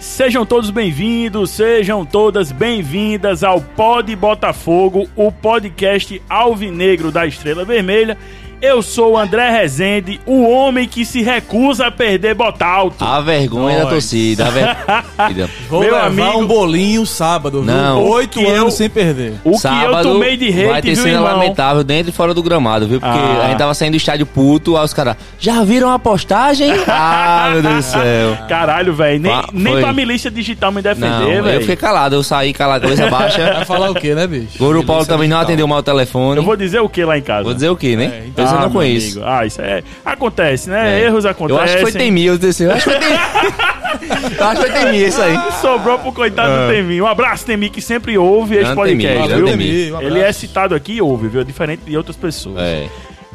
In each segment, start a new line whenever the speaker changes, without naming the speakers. Sejam todos bem-vindos, sejam todas bem-vindas ao Pod Botafogo, o podcast alvinegro da Estrela Vermelha. Eu sou o André Rezende, o homem que se recusa a perder Botalto.
A vergonha da torcida. A vergonha.
Vou
Meu
levar
amigo-
um bolinho sábado, viu?
Não.
Oito
Que eu-
anos sem perder.
o que eu tomei de
vai
hate,
ter
viu,
cena
irmão?
lamentável dentro e fora do gramado, viu? Porque
Ah.
a gente tava saindo do estádio puto, aí os caras, já viram a postagem? ah, meu Deus do céu.
Caralho, velho, nem,
Fa-
nem
Ah, foi.
pra milícia digital me
Não,
defender,
eu fiquei
velho.
calado, eu saí calado, coisa baixa.
Vai falar o quê, né, bicho?
Goro Paulo também
então.
não
digital.
atendeu mal o telefone.
Eu vou dizer o que lá em casa?
Vou dizer o quê, né?
É, então-
Então, eu não
meu
conheço.
amigo. Ah, isso é... Acontece, né?
É.
Erros
Eu
acontecem.
acho que foi Temir, eu disse, eu acho que foi Temir. eu acho que foi Temir isso aí.
Sobrou pro coitado
Ah.
do Temi. Um abraço, Temi, que sempre ouve esse
Grande
podcast,
Temi,
Valeu,
grande
viu?
Temi.
Demir, um abraço.
Ele é citado aqui e ouve, viu? É Diferente de outras pessoas.
É.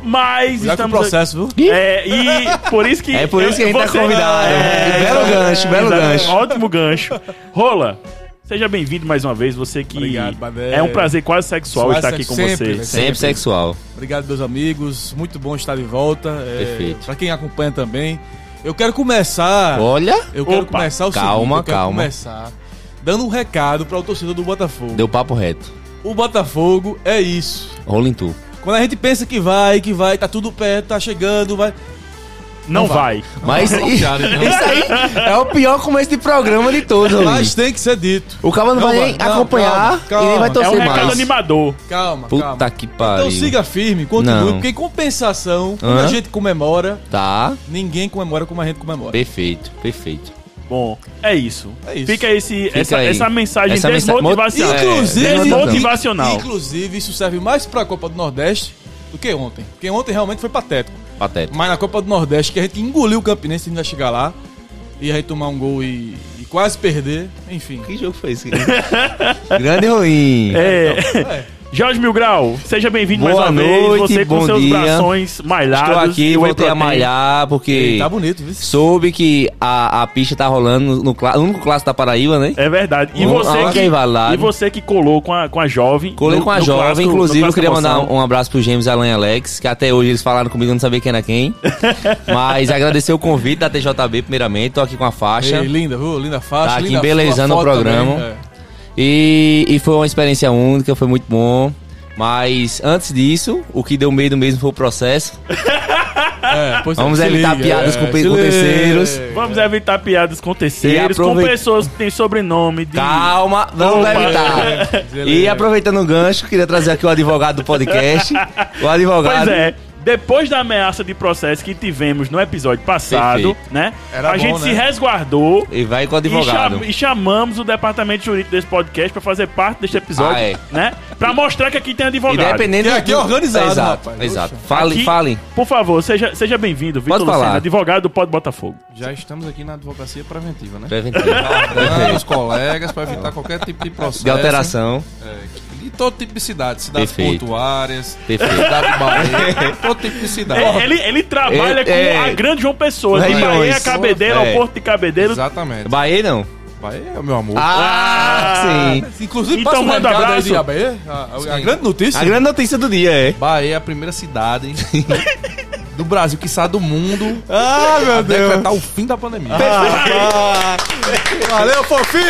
Mas
Já com o
estamos.
processo, viu?
aqui- É, e por isso que.
É por isso que a gente tá convidado. Belo gancho, belo
exato.
gancho.
Ótimo gancho. Rola, seja bem-vindo mais uma vez. Você que.
Obrigado, Badé.
é um prazer quase sexual
Quase
estar aqui com
sexo- sempre,
você.
né?
Sempre sexual.
Obrigado, meus amigos. Muito bom estar de volta. É,
Perfeito.
Pra quem acompanha também. Eu quero começar.
Olha,
Eu quero
Opa.
começar o
Calma,
seguinte. Eu quero
calma.
começar dando um recado para o torcedor do Botafogo.
deu papo reto.
O Botafogo é isso.
Rolling tu.
Quando a gente pensa que vai, que vai, tá tudo perto, tá chegando, vai.
Não,
Não
vai.
Mas isso aí, isso aí é o pior começo de programa de todos,
Mas
Luiz.
tem que ser dito.
O cara não,
Não
vai
vai,
nem
não,
acompanhar
calma, calma.
e nem vai
É
torcer
um recado
mais.
animador.
Calma,
Puta
calma.
que pariu.
Então siga firme, continue,
Não.
porque em compensação, quando
Hã?
a gente comemora,
Tá,
ninguém comemora como a gente comemora.
perfeito, perfeito.
Bom, é isso.
É isso.
Fica, esse,
Fica
essa,
aí.
essa mensagem
Essa mensa-
desmotivacional.
Mo-
Inclusive,
É,
desmotivacional.
inclusive, isso serve mais pra Copa do Nordeste do que ontem. Porque ontem realmente foi patético.
Patético.
Mas na Copa do Nordeste, que a gente engoliu o Campinense, a gente vai chegar lá, e aí tomar um gol e, e quase perder, enfim.
Que jogo foi esse? Grande e ruim.
É.
É.
Jorge Milgrau, seja bem-vindo mais
Boa
uma vez.
noite,
Você com
bom
seus
dia.
brações malhados.
Estou aqui,
e whey
voltei a
protein.
malhar, porque
Tá bonito, viu?
soube que a, a pista tá rolando no, cla- no único clássico da Paraíba, né?
É verdade. E
Vamos
você,
lá,
que,
quem vai lá?
e você que colou com a, com a jovem.
Colei
no-
com a
no
jovem,
clássico-
inclusive
no
eu queria
clássico
mandar
emoção.
um, um abraço pro James Alan e Alex, que até hoje eles falaram comigo, eu não sabia quem era quem. Mas agradecer o convite da TJB, primeiramente, tô aqui com a faixa.
Ei, linda, viu? Linda faixa.
Tá aqui
linda
embelezando
sua
o
foto
programa.
também, é.
E, e foi uma experiência única, foi muito bom. Mas antes disso, o que deu medo mesmo foi o processo.
É, pois é,
Vamos
se
evitar
liga, é.
piadas com pe-
se
com
liga. é.
terceiros.
Vamos evitar piadas com terceiros,
E aprove-
com pessoas que têm sobrenome de.
Calma, vamos
Opa.
evitar.
É.
Ah, E aproveitando o gancho, queria trazer aqui o advogado do podcast. O advogado.
Pois é. Depois da ameaça de processo que tivemos no episódio passado, né?
Era
a
bom,
gente
né?
se resguardou.
E vai com o
E,
advogado.
cham- e chamamos o departamento jurídico desse podcast pra fazer parte deste episódio,
Ah, é.
né? Pra mostrar que aqui tem advogado.
Independente
Tem aqui
do-
organizado,
Exato,
rapaz.
exato.
Poxa.
Fale,
Aqui,
fale.
Por favor, seja, seja bem-vindo, Vitor
Pode falar.
Lucena, advogado do Pod Botafogo.
Já estamos aqui na advocacia preventiva, né?
Preventivo.
Preventiva. os colegas para evitar qualquer tipo de processo.
Ah. De alteração.
É, de todo tipo de cidade. Cidades
Perfeito.
portuárias,
Perfeito.
cidade de Bahia, todo tipo de cidade.
É, ele, ele trabalha
É,
com
é.
a grande João Pessoa, de
Regiões.
Bahia, Cabedeiro,
É.
ao Porto de Cabedeiro. tá.
Exatamente.
Bahia não.
Bahia é o meu amor.
Ah, sim.
Inclusive,
Então,
passa um
manda
recado aí
abraço.
de Abê, a- a, a
Sim.
grande notícia.
A grande notícia do dia é.
Bahia é a primeira cidade do Brasil, que sai do mundo,
Ah, meu
a decretar o fim da pandemia.
Valeu, fofinho!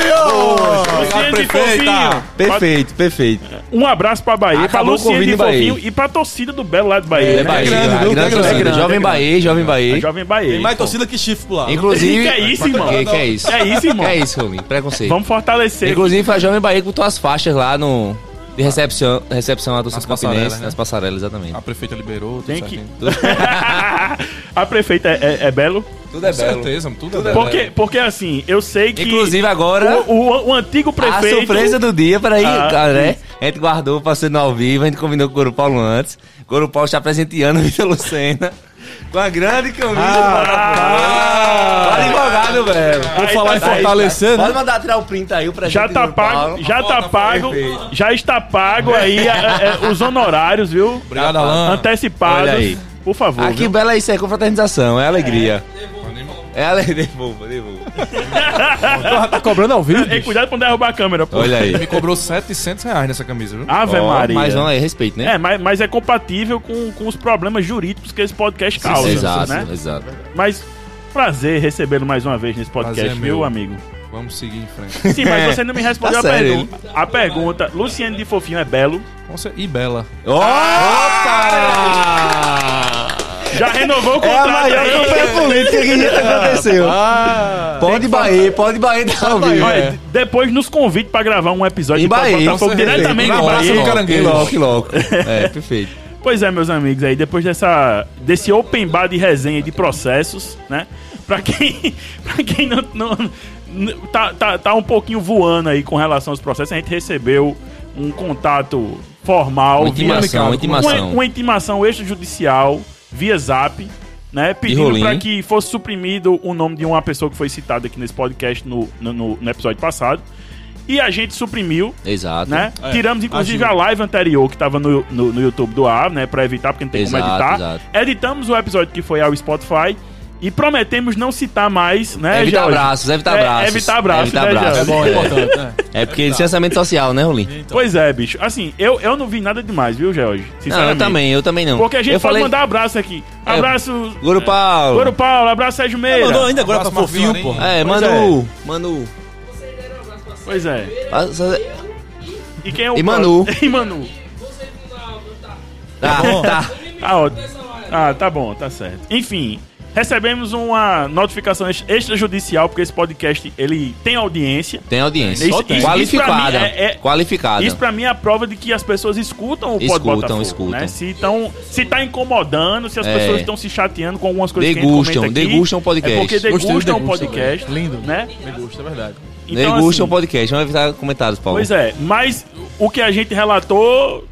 Luciene de
prefeita.
Fofinho.
Perfeito, perfeito.
Um abraço pra Bahia, pra
Acabou o
Luciene de
convite,
Fofinho
Bahia.
e pra torcida do Belo lá de Bahia.
É
né?
Bahia.
grande,
a grande
viu? É grande,
torcida.
é grande,
Jovem
é
Bahia, Jovem
A
Bahia.
Jovem Bahia.
Tem mais
Pô.
torcida que chifre por lá.
Inclusive.
Que é isso, irmão?
Que, que é isso?
É isso, irmão.
Que é isso, Rolim? Preconceito.
Vamos fortalecer.
Inclusive, foi a Jovem Bahia que botou as faixas lá no. De recepção, recepção à torcida
Nas passarelas,
campinense,
né?
nas passarelas, exatamente.
A prefeita liberou, tudo
Tem que-
certinho.
a prefeita é, é- é belo?
Tudo é
Com certeza, tudo, é belo.
Porque, porque assim, eu sei que.
Inclusive, agora,
o, o- o antigo prefeito.
a surpresa do dia, peraí,
Ah,
cara, né? A gente guardou pra ser no ao vivo, a gente combinou com o Coro Paulo antes. O Coro Paulo está presenteando o Vitor Lucena com a grande camisa. do
Ah,
advogado, velho.
Por
Aí
falar
tá
em
certo.
fortalecer, né?
Pode mandar tirar o print aí, o presente
Já
do
tá
Coro
pago,
Paulo.
já tá pago,
perfeito.
já está pago aí a- a- os honorários, viu?
Obrigado, Alan.
Antecipados.
Olha aí.
Por favor.
Ah, que
viu?
bela é isso aí, confraternização, é alegria. É alegria, devolva, devolva.
Porra, tá cobrando ao vivo,
Ei,
bicho.
cuidado pra não derrubar a câmera, pô.
Olha aí.
Me cobrou 700 reais nessa camisa,
Ah,
viu?
Ave
Ó,
Maria.
Mas vamos aí, respeito, né?
É, mas, mas é compatível com, com os problemas jurídicos que esse podcast causa,
exato,
né?
exato.
Mas prazer recebê-lo mais uma vez nesse podcast,
Prazer é
meu
meu.
amigo?
Vamos seguir em frente.
Sim, mas você não me respondeu
Tá
a,
sério,
pergunta. a pergunta. Luciano de Fofinho é belo.
Com cer- E Bela.
Ô, cara!
Já renovou o
É a
contrato né?
maior
aí.
campanha política que já aconteceu.
Ah,
Pode Bahia, pode Bahia tá ao vivo.
Olha, de- depois nos convide pra gravar um episódio
Em
do
Bahia,
Botafogo
perfeito.
diretamente
Em
em
Bahia,
Bahia.
em
Caranguejo.
Loco, em Loco. É, perfeito.
Pois é, meus amigos, aí depois dessa desse open bar de resenha de processos, né? Pra quem, pra quem não, não- não- tá, tá, tá um pouquinho voando aí com relação aos processos, a gente recebeu um contato formal via-
Uma intimação, uma intimação.
uma, uma intimação extrajudicial via Zap, né? Pedindo
rolim.
para que fosse suprimido o nome de uma pessoa que foi citada aqui nesse podcast no, no, no- no episódio passado. E a gente suprimiu,
Exato.
né?
É,
Tiramos inclusive
ajuda.
a live anterior que tava no, no, no YouTube do ar, né? Pra evitar, porque não tem como
Exato,
editar.
exato.
Editamos o episódio que foi ao Spotify. E prometemos não citar mais, né,
Evita
George?
abraços, evita
É,
abraços.
Evitar abraços,
Evita
né,
abraços.
George?
É bom, é importante, né?
É porque licenciamento social, né, Rolim?
Pois é, bicho. Assim, eu, eu não vi nada demais, viu, George?
Não, eu
Sinceramente.
também, eu também não.
Porque a gente
eu É.
pode mandar abraço aqui. Abraço.
Goro Paulo.
Goro Paulo, abraço Sérgio Meira.
Mandou ainda agora pra
Abraço, Marcos
fofinho,
Marinho.
porra.
É,
Pois
Manu. Manu. Ah,
Pois é.
Passa-
E quem é o
E Manu.
próximo? e Manu.
Tá, tá.
Ah, ó. ah, tá bom, tá certo. Enfim, recebemos uma notificação ex- extrajudicial, porque esse podcast ele tem audiência.
Tem audiência.
Isso- isso-
Qualificada.
isso pra mim é- é-
Qualificada.
Isso pra mim é a prova de que as pessoas escutam o Pod
Escutam,
Botafogo,
escutam.
né? Se, tão, se tá incomodando, se as
É.
pessoas estão se chateando com algumas coisas
Degustam,
que a gente comenta aqui.
degustam o podcast.
É porque
Gostei
Gostei do
degustam o
degusta,
podcast,
velho. Lindo.
né?
Degusta, é verdade.
Então,
Degustam o
assim,
um podcast. Vamos evitar comentários, Paulo.
Pois é, mas o que a gente relatou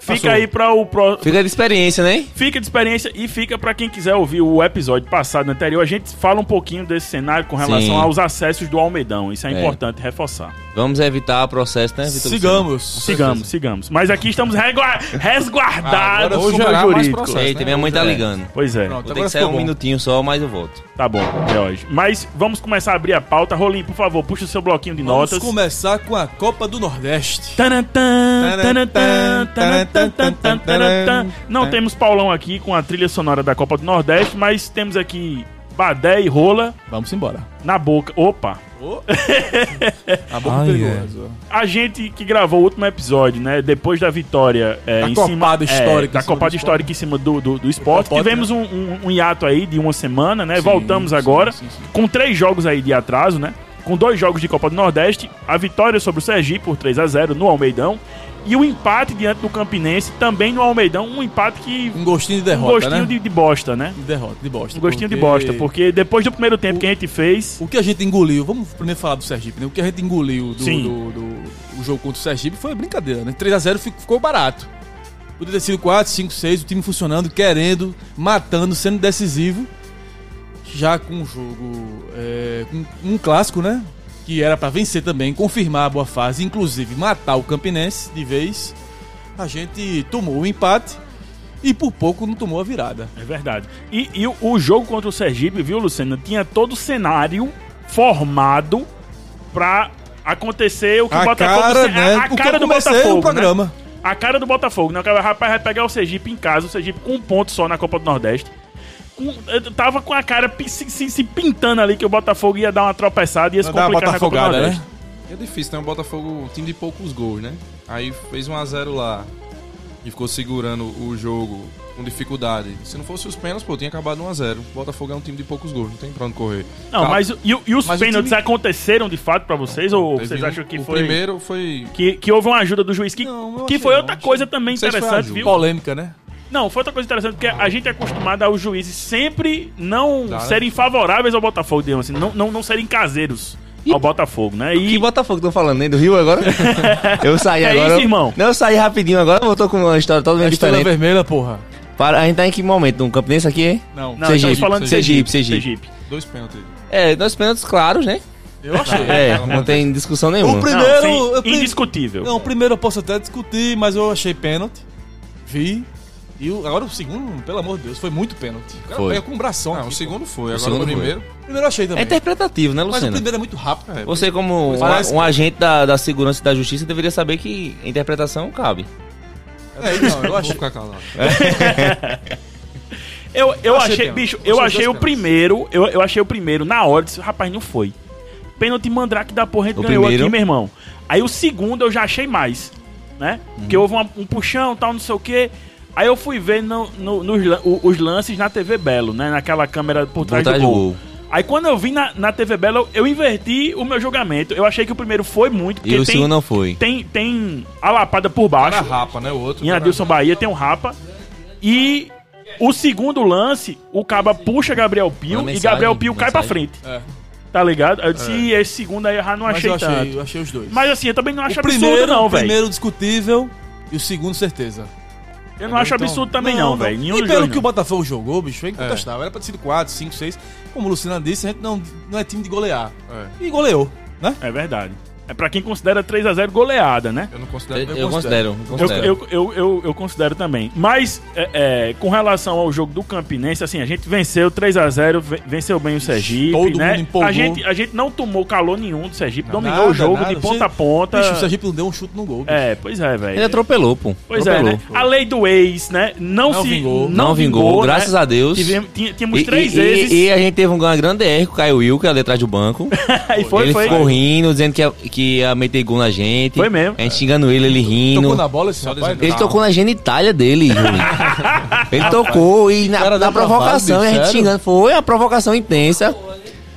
fica
Passou.
aí para o pro...
Fica de experiência, né?
Fica de experiência e fica pra quem quiser ouvir o episódio passado anterior. A gente fala um pouquinho desse cenário com relação
Sim.
aos acessos do Almedão. Isso é,
É.
importante reforçar.
Vamos evitar processo, né, Vitor?
Sigamos.
Sigamos, sigamos. Mas aqui estamos regua-
Agora
resguardados
eu
sobre
sou
o
mais
jurídico.
processo.
Luciano? Eita, minha mãe tá
É.
ligando.
Pois é,
Pronto,
Eu tenho
agora
que sair um
ficou bom.
minutinho só, mas eu volto.
tá bom, Jorge. Mas vamos começar a abrir a pauta. Rolim, por favor, puxa o seu bloquinho de
Vamos
notas.
começar com a Copa do Nordeste.
Tarantã, tarantã, tarantã, tarantã, tarantã. Não temos Paulão aqui com a trilha sonora da Copa do Nordeste, mas temos aqui Badé e Rola
Vamos embora.
na boca. Opa!
A boca
Ai,
perigosa.
A gente que gravou o último episódio, né? Depois da vitória é,
Da
em
Copada
cima,
histórica
é, da
em cima
Copada
do
histórica em cima do, do, do esporte,
Esporte, né?
tivemos um, um- um hiato aí de uma semana, né? Voltamos
sim,
agora
sim, sim.
com três jogos aí de atraso, né? Com dois jogos de Copa do Nordeste, a vitória sobre o Sergipe por 3 a 0 no Almeidão e o empate diante do Campinense também no Almeidão, um empate que
Um gostinho de
um
derrota,
gostinho
né?
de, de bosta, né?
De derrota, de bosta.
Um gostinho de
porque
bosta, porque depois do primeiro tempo que a gente fez,
O que a gente engoliu, vamos primeiro falar do Sergipe, né? O que a gente engoliu do,
Sim.
do- do- o jogo contra o Sergipe foi brincadeira, né? 3x0 ficou barato. Podia ter sido 4, 5, 6, o time funcionando, querendo, matando, sendo decisivo. Já com um jogo, é, com um clássico, né? Que era pra vencer também, confirmar a boa fase, inclusive matar o Campinense de vez. A gente tomou o empate e por pouco não tomou a virada.
É verdade. E, e o- o jogo contra o Sergipe, viu, Luciano? Tinha todo o cenário formado pra acontecer o que o
A
Botafogo...
cara,
a-
né?
A,
O que
cara
eu
do
comecei
Botafogo,
o programa.
né? A cara do Botafogo, né? O cara, rapaz, vai pegar o Sergipe em casa, o Sergipe com um ponto só na Copa do Nordeste. Com- eu tava com a cara pi- se, se- se pintando ali que o Botafogo ia dar uma tropeçada e ia se
Pra dar uma
complicar na Copa do
botafogada, né?
Nordeste.
E é difícil, né? O Botafogo, um time de poucos gols, né? Aí fez 1x0 lá e ficou segurando o jogo com dificuldade. Se não fosse os pênaltis, pô, tinha acabado 1x0. O Botafogo é um time de poucos gols, não tem pra onde correr.
Não,
Calma.
mas e, o- e os
Mas o
pênaltis
time-
aconteceram de fato pra vocês? ou
Teve
vocês
um-
acham que
o
foi...
primeiro foi...
Que, que houve uma ajuda do juiz, que,
Não, eu
que
achei
foi
não,
outra
achei-
coisa também
Não sei se foi
interessante,
ajuda.
viu?
Polêmica, né?
Não, foi outra coisa interessante, porque a gente é acostumado aos juízes sempre não
Tá, né?
serem favoráveis ao Botafogo, digamos assim, não, não, não serem caseiros ao Botafogo, né?
E... Que
E
Botafogo tô falando, hein? Do Rio agora? eu saí
É
agora.
isso, irmão. É,
Não, eu saí rapidinho agora, voltou com uma história totalmente
A estrela
diferente.
vermelha, porra.
Para, a gente tá em que momento? No Campinense aqui, hein?
Não.
não,
Sergipe,
estamos falando de Sergipe,
Sergipe,
Sergipe.
Sergipe.
Dois pênaltis.
É, dois pênaltis claros, né?
Eu achei.
É, não tem discussão nenhuma.
O
Não,
Primeiro,
sim,
eu tenho-
indiscutível.
Não, primeiro eu posso até discutir, mas eu achei pênalti. Vi. E o- agora o segundo, pelo amor de Deus, foi muito pênalti. O cara
Foi.
pega com um bração.
Ah,
aqui,
o
pô.
segundo foi. Agora
segundo
o
foi.
primeiro...
Primeiro eu achei
É
também.
interpretativo, né,
mas o
Luciano?
primeiro é muito rápido.
É,
Você, como um,
parece-
um agente da, da segurança e da justiça, deveria saber que interpretação cabe.
É, não, eu
Vou
achei.
ficar calado.
Eu, eu
Achei
achei,
pênalti.
bicho, eu
Achei
achei
um.
dois
o
pênaltis.
primeiro, eu, eu achei o primeiro na hora, disse, rapaz, não foi. pênalti mandrake da porra, a gente
O
ganhou
primeiro.
aqui, meu irmão. Aí o segundo eu já achei mais, né? Porque
Uhum.
houve uma- um puxão, tal, não sei o quê. Aí eu fui ver no- no- nos lan- o- os lances na TV Belo, né? Naquela câmera por trás,
trás
do,
do
gol.
gol.
Aí quando eu vi na, na TV Belo, eu inverti o meu julgamento. Eu achei que o primeiro foi muito, porque
E o
tem,
segundo não foi.
tem, tem a lapada por
Era
baixo.
rapa, né? O outro.
Em
era-
Adilson Bahia tem um rapa. E o segundo lance, o Caba puxa Gabriel Pio
Uma
e
mensagem,
Gabriel Pio cai pra
mensagem.
frente.
É.
Tá ligado? Eu disse, "Ih, esse segundo aí eu já não
Mas
achei,
eu achei,
tanto.
eu achei os dois.
Mas assim, eu também não acho
o
absurdo,
primeiro,
não,
o
velho.
primeiro discutível e o segundo certeza.
Eu não acho
Então-
absurdo também, não, velho. Nenhum
E
dos
pelo
dois,
que
não.
o Botafogo jogou, bicho, foi
É.
incontestável. Era pra ter sido 4, 5, 6. Como o Luciano disse, a gente não, não é time de golear.
É.
E goleou, né?
É verdade. É pra quem considera 3x0 goleada, né?
Eu não considero.
Eu,
Eu,
eu considero.
Eu,
considero.
eu, eu, eu, eu considero também. Mas, é, é, com relação ao jogo do Campinense, assim, a gente venceu 3x0, venceu bem o Sergipe,
todo
né?
mundo empolgou.
A gente, a gente não tomou calor nenhum do Sergipe, dominou
nada,
o jogo
nada.
de ponta a ponta.
Bicho, o Sergipe não deu um chute no gol. bicho.
É, pois é,
Ele
velho.
atropelou, pô.
Pois é,
atropelou.
né? A lei do ex, né? Não,
Não
se
vingou.
Não vingou, graças a Deus.
Tivemos, tinha- tínhamos
E-
três
e,
vezes.
E, e a gente teve um grande DR com o Caio Will, que é ali atrás do banco.
Aí foi,
ele
foi.
ficou rindo, dizendo que ia, que ia meter gol na gente.
Foi mesmo.
A gente xingando ele, ele rindo.
Tocou na bola esse rapaz?
Ele
Não.
tocou na genitália dele, Júnior. Ele tocou e na, na
cara deu
provocação,
travado,
e a gente
sério?
xingando. Foi uma provocação intensa.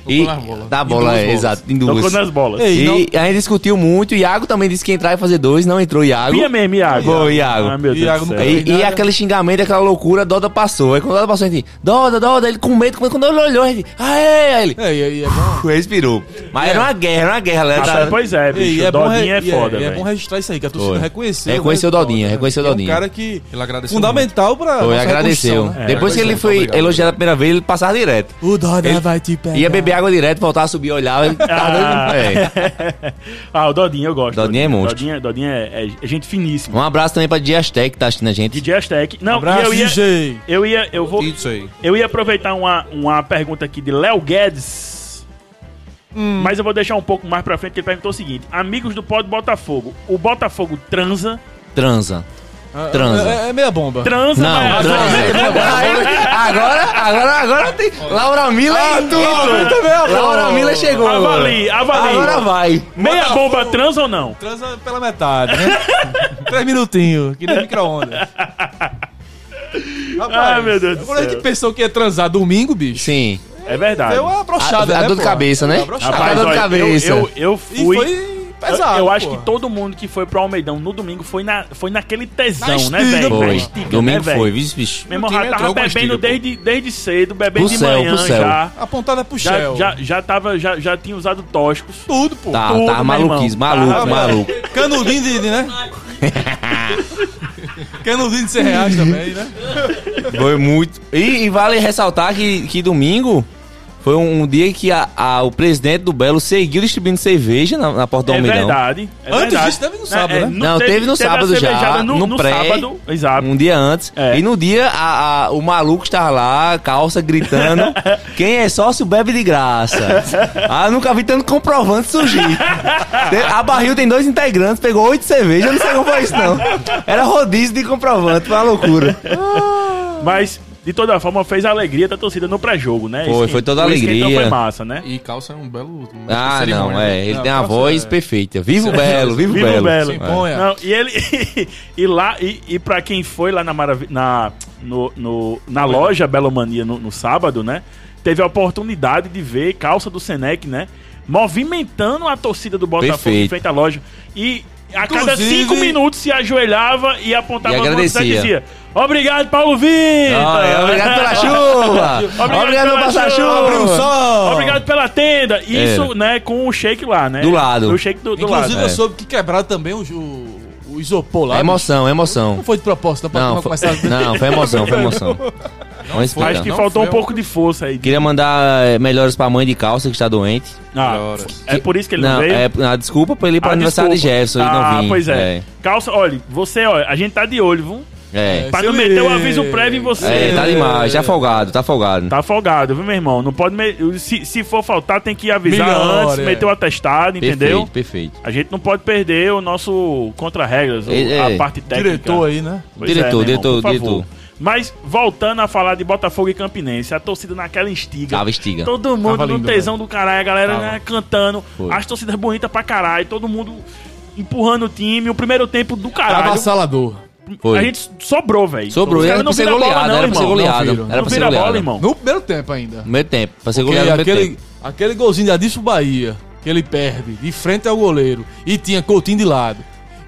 E
nas bolas.
da
Em
bola,
duas
é,
bolas.
exato, em
Tocou
duas.
nas bolas.
Ei,
E
não-
a gente discutiu muito. O Iago também disse que ia entrar e fazer dois, não entrou o Iago.
Pia mesmo, Iago.
Foi, Iago.
Ah, meu Deus
Iago
do
nunca
céu.
fez
E, e
nada.
aquele xingamento, aquela loucura, Doda passou. Aí quando Doda passou, a gente, Doda, Doda, ele com medo, com medo. Quando ele olhou, a gente, aê, aí ele,
É, e aí é bom.
respirou. Mas era uma guerra, era uma guerra. Ela
Ah,
tá-
Pois é, bicho.
E
o Dodinho é,
re- e
foda,
e é,
velho.
bom registrar isso aí, que a torcida
Foi.
reconheceu.
Reconheceu o Dodinho, reconheceu o
É
Dodinho.
Um cara que
ele
é
agradeceu.
fundamental pra
Foi,
nossa
agradeceu.
reconstrução, né?
né?
Depois
É,
que ele
muito
foi
obrigado.
elogiado a primeira vez, ele passava direto.
O Dodá
Ele-
vai te
É.
pegar.
Ia beber água direto, voltava a subir, olhava. e tava doido. É.
ah, o Dodinho eu gosto.
Dodinho é monstro.
Dodinho, Dodinho é, é gente finíssima.
Um abraço também pra Diastec que tá assistindo a gente.
DJ Aztec. Não, e
Abraço,
eu ia,
DJ.
eu ia, eu vou,
Isso aí.
eu ia aproveitar uma, uma pergunta aqui de Léo Guedes.
Hum.
Mas eu vou deixar um pouco mais pra frente, que ele perguntou o seguinte: Amigos do Pod Botafogo, o Botafogo transa?
Transa.
Ah,
Transa.
É, é meia bomba.
Transa,
Não,
mas-
transa. Agora, agora, agora tem. Laura Miller.
Ah,
Ah,
Laura Miller chegou. agora.
Avalie, avalie.
Agora vai.
Meia bomba transa ou não?
Transa pela metade, né? Três minutinhos, que nem micro-ondas.
Ai, meu Deus do
Agora a gente
céu.
pensou que ia transar domingo, bicho.
Sim.
É verdade.
Deu uma brochada,
A, a
né,
dor de
pô?
cabeça, né?
Deu uma brochada.
a dor de
olha, eu-
cabeça.
Eu, eu
E
fui.
foi
Eu-
pesado,
eu acho
pô.
que todo mundo que foi pro Almeidão no domingo foi, na, foi naquele tesão,
Na
né,
estiga,
velho?
pô.
Na
Foi.
estiga, né,
Domingo
velho?
foi, vixe, bicho.
Meu irmão,
time
já tava
entrou com a estiga,
bebendo
pô.
desde, desde cedo, bebendo
Pro
de
céu,
manhã
pro céu.
já.
Apontada pro
Já,
céu.
já, já tava, já, já tinha usado tóxicos.
Tudo, pô.
Tá,
tudo,
tá
meu
maluquinho,
irmão.
maluco,
Tá,
maluco.
Canudinho de, de, né? Canudinho de 100 reais também, né?
Foi muito. E, e vale ressaltar que, que domingo foi um, um dia que a- a- o presidente do Belo seguiu distribuindo cerveja na, na porta do
É
Almeidão.
verdade. é
Antes
verdade. é,
disso teve no sábado, né?
Não, teve no
a
sábado já,
cervejada No,
no
no
pré.
sábado, exato.
Um dia antes.
É.
E no dia, a- a- o maluco estava lá, calça, gritando: Quem é sócio bebe de graça. Ah, nunca vi tanto comprovante surgir. Te- A barril tem dois integrantes, pegou oito cervejas, eu não sei como foi isso, não. Era rodízio de comprovante, foi uma loucura.
Ah,
Mas, de toda forma, fez a alegria da torcida no pré-jogo, né?
Foi, foi toda a
Por isso que então
alegria.
foi massa, né?
E calça é um belo. uma
Ah,
cerimônia,
não,
né?
é. Ele
Não,
tem a
nossa,
voz
é.
perfeita. Viva o Belo, viva o
Viva o
Belo. É.
Belo.
Se imponha.
Não, e ele. e lá, e, e pra quem foi lá na, Maravi- na, no, no- na loja Belomania no, no sábado, né? Teve a oportunidade de ver calça do Senec, né? Movimentando a torcida do Botafogo
Perfeito.
em frente à loja. E a cada
Inclusive-
cinco minutos se ajoelhava e apontava
E
as mãos e
agradecia.
dizia: Obrigado, Paulo Vitor!
Ah, obrigado pela chuva!
Obrigado
Obrigado, pelo
pela
passa-chuva!
chuva. um
Abriu o sol.
Obrigado pela tenda! Isso, né, com o shake lá, né?
É. Do lado.
O shake do, do
Inclusive,
lado.
eu
é.
soube que quebraram também o, o, o isopor lá.
É emoção, é
Não
emoção.
foi de propósito, não, pra
Não,
não
foi,
começar a...
não, foi emoção, foi emoção.
Acho
Vamos explicar.
que
Não
faltou
foi
um pouco de força aí.
Queria mandar eh, melhores pra mãe de calça que está doente.
Ah,
Melhoras.
é por isso que ele não,
Não,
veio?
é, ah, desculpa pra ele ir pra
Ah,
aniversário
desculpa.
de Jefferson e
Ah,
não vim.
pois é. Calça, olha, você, olha, a gente tá de olho, viu?
É,
Pra não
Sim.
meter o aviso prévio em você. né?
é, tá demais, tá folgado, tá folgado.
Tá folgado, viu, meu irmão? Não pode. me- Se, se for faltar, tem que avisar
Melhor,
antes,
é.
meter o atestado, entendeu?
Perfeito, perfeito.
A gente não pode perder o nosso contra-regras, o-
É, é.
a parte técnica.
Diretor aí, né?
Pois é,
Diretor,
meu irmão,
diretor,
por favor.
diretor.
Mas voltando a falar de Botafogo e Campinense, a torcida naquela instiga.
Tava estiga.
Todo mundo
Tava
no
lindo,
tesão do caralho, a galera né, cantando,
Foi.
as torcidas bonitas pra caralho, todo mundo empurrando o time, o primeiro tempo do
Tava
caralho.
avassalador.
Foi.
A gente sobrou, velho.
Sobrou,
Os
e
caras
era pra ser
viram a bola,
goleado,
não,
era pra ser
irmão.
goleado.
Não
Era pra ser
vira a bola,
goleado.
irmão.
No primeiro tempo ainda.
Meio tempo, pra ser
Porque
goleado no meio
aquele,
tempo.
aquele golzinho dadíssimo Bahia, que ele perde, de frente ao goleiro, e tinha Coutinho de lado.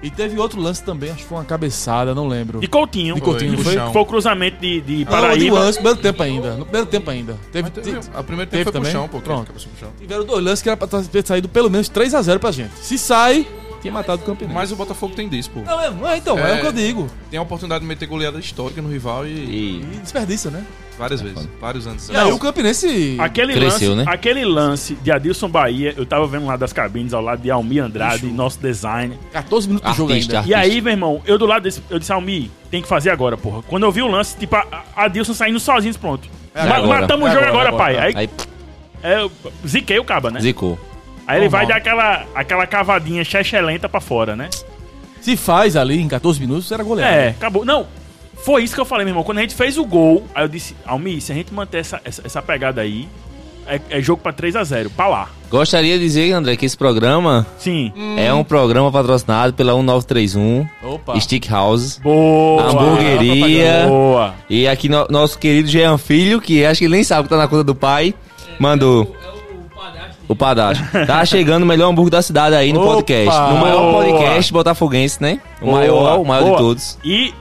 E teve outro lance também, acho que foi uma cabeçada, não lembro.
De Coutinho.
De Coutinho,
Foi,
foi?
foi o cruzamento de, de
Não, de
Paraíba.
lance, no primeiro tempo ainda. No primeiro tempo ainda. Teve,
Mas teve,
ti-
a primeira
teve
tempo foi
também?
pro chão, pô. que
Pronto.
acabou pro chão.
Tiveram dois lances que era pra ter saído pelo menos 3x0 pra gente. Se sai, tinha matado o Campinense.
Mas o Botafogo tem disso, pô.
Não, é, é, então, é.
É.
o que eu digo.
Tem a oportunidade de meter goleada histórica no rival e,
E
E é
desperdiça, né?
várias vezes. Vários anos.
E aí o Campinense.
Aquele
Cresceu,
lance,
né?
aquele lance de Adilson Bahia, eu tava vendo lá das cabines ao lado de Almir Andrade, nosso design.
14 minutos do jogo
Artista.
ainda.
E aí, meu irmão, eu do lado desse, eu disse, Almir, tem que fazer agora, porra. Quando eu vi o lance, tipo, a- a- Adilson saindo sozinho, pronto. Ma-
agora.
Matamos
É
o jogo agora,
agora,
pai.
é
Aí,
Aí
é, eu ziquei o caba, né?
zicou.
Aí ele vai dar
Normal.
aquela, aquela cavadinha lenta pra fora, né?
Se faz ali em 14 minutos, era goleiro.
É, acabou. Não, foi isso que eu falei, meu irmão. Quando a gente fez o gol, aí eu disse, Almir, se a gente manter essa, essa, essa pegada aí, é, é jogo pra 3x0, pra lá.
Gostaria de dizer, André, que esse programa
Sim.
é um programa patrocinado pela 1931,
Opa.
Stick House,
Boa. Tá
Hamburgueria.
Boa.
E aqui no- nosso querido Jean Filho, que acho que ele nem sabe que tá na conta do pai,
É
mandou. O padastro. Tá chegando o melhor hambúrguer da cidade aí no
Opa!
podcast. No maior
Boa!
podcast botafoguense, né? O
Boa,
maior, o maior
boa.
de todos.
E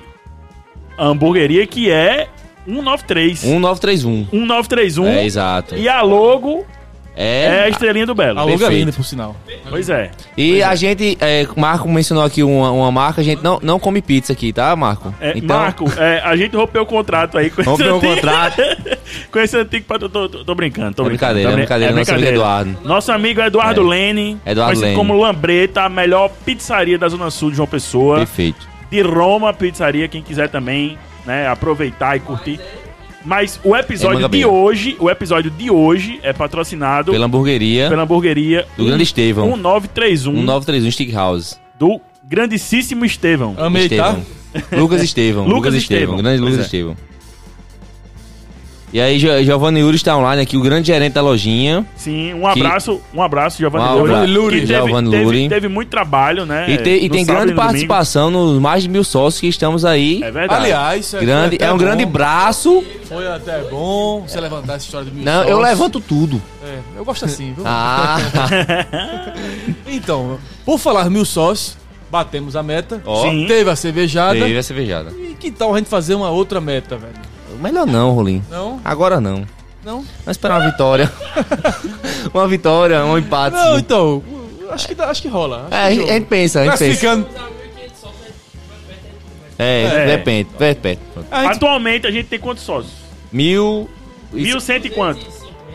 a hamburgueria que é 193.
1931.
1931.
É, exato.
E a logo é
É.
a estrelinha do Belo.
A logo é
Perfeito.
linda, por sinal.
Pois é.
E a gente, é, Marco mencionou aqui uma, uma marca, a gente não, não come pizza aqui, tá, Marco?
É, Marco, é, a gente rompeu o contrato aí com
vamos
esse
ver o
antigo-
contrato.
com esse antigo patro- tô, tô, tô brincando, tô
É
brincando.
brincadeira,
Tô brin-
é brincadeira, nosso amigo Eduardo.
Nosso amigo Eduardo
É.
Lene,
Eduardo
conhecido
Lene.
como Lambreta, a melhor pizzaria da Zona Sul de João Pessoa.
Perfeito.
de Roma Pizzaria, quem quiser também, né, aproveitar e curtir. Mas o
É
episódio
manga
de
bem.
hoje, o episódio de hoje é patrocinado
Pela
pela,
hamburgueria
hamburgueria
do grande Estevão.
1931
1931 Stick House.
do grandíssimo Estevão.
Ah.
Amei, tá?
Estevão. Lucas Estevão.
Lucas
Lucas Estevão.
Estevão.
Grande
Pois
Lucas
é.
Estevão. E aí, Gio- Giovanni Yuri está online aqui, o grande gerente da lojinha.
Sim, um abraço, um abraço Giovanni
Um
Luri, que
abraço.
teve,
Giovanni
teve-
Luri.
teve muito trabalho, né?
e tem, e
no
tem
sábado
grande
e no domingo.
participação nos mais de mil sócios que estamos aí.
É verdade.
Aliás, isso aqui
grande,
até
é um grande
bom.
braço.
Foi até bom você levantar essa história de mil
Não, eu
sócios.
levanto tudo.
É, eu gosto assim, viu?
Ah,
Então, por falar mil sócios, batemos a meta.
Ó.
Sim.
Teve a cervejada.
teve a cervejada.
E que tal a gente fazer uma outra meta, velho?
Melhor não, Rolim.
Não?
Agora não.
Não?
Vamos esperar uma vitória. uma vitória, um empate.
Não, então. Acho que, dá- acho que rola.
É, a gente, a gente pensa, a gente pensa.
Classificando.
É,
É.
depende, depende.
A gente
Atualmente a gente tem quantos sócios?
Mil... e-
1100 e quanto?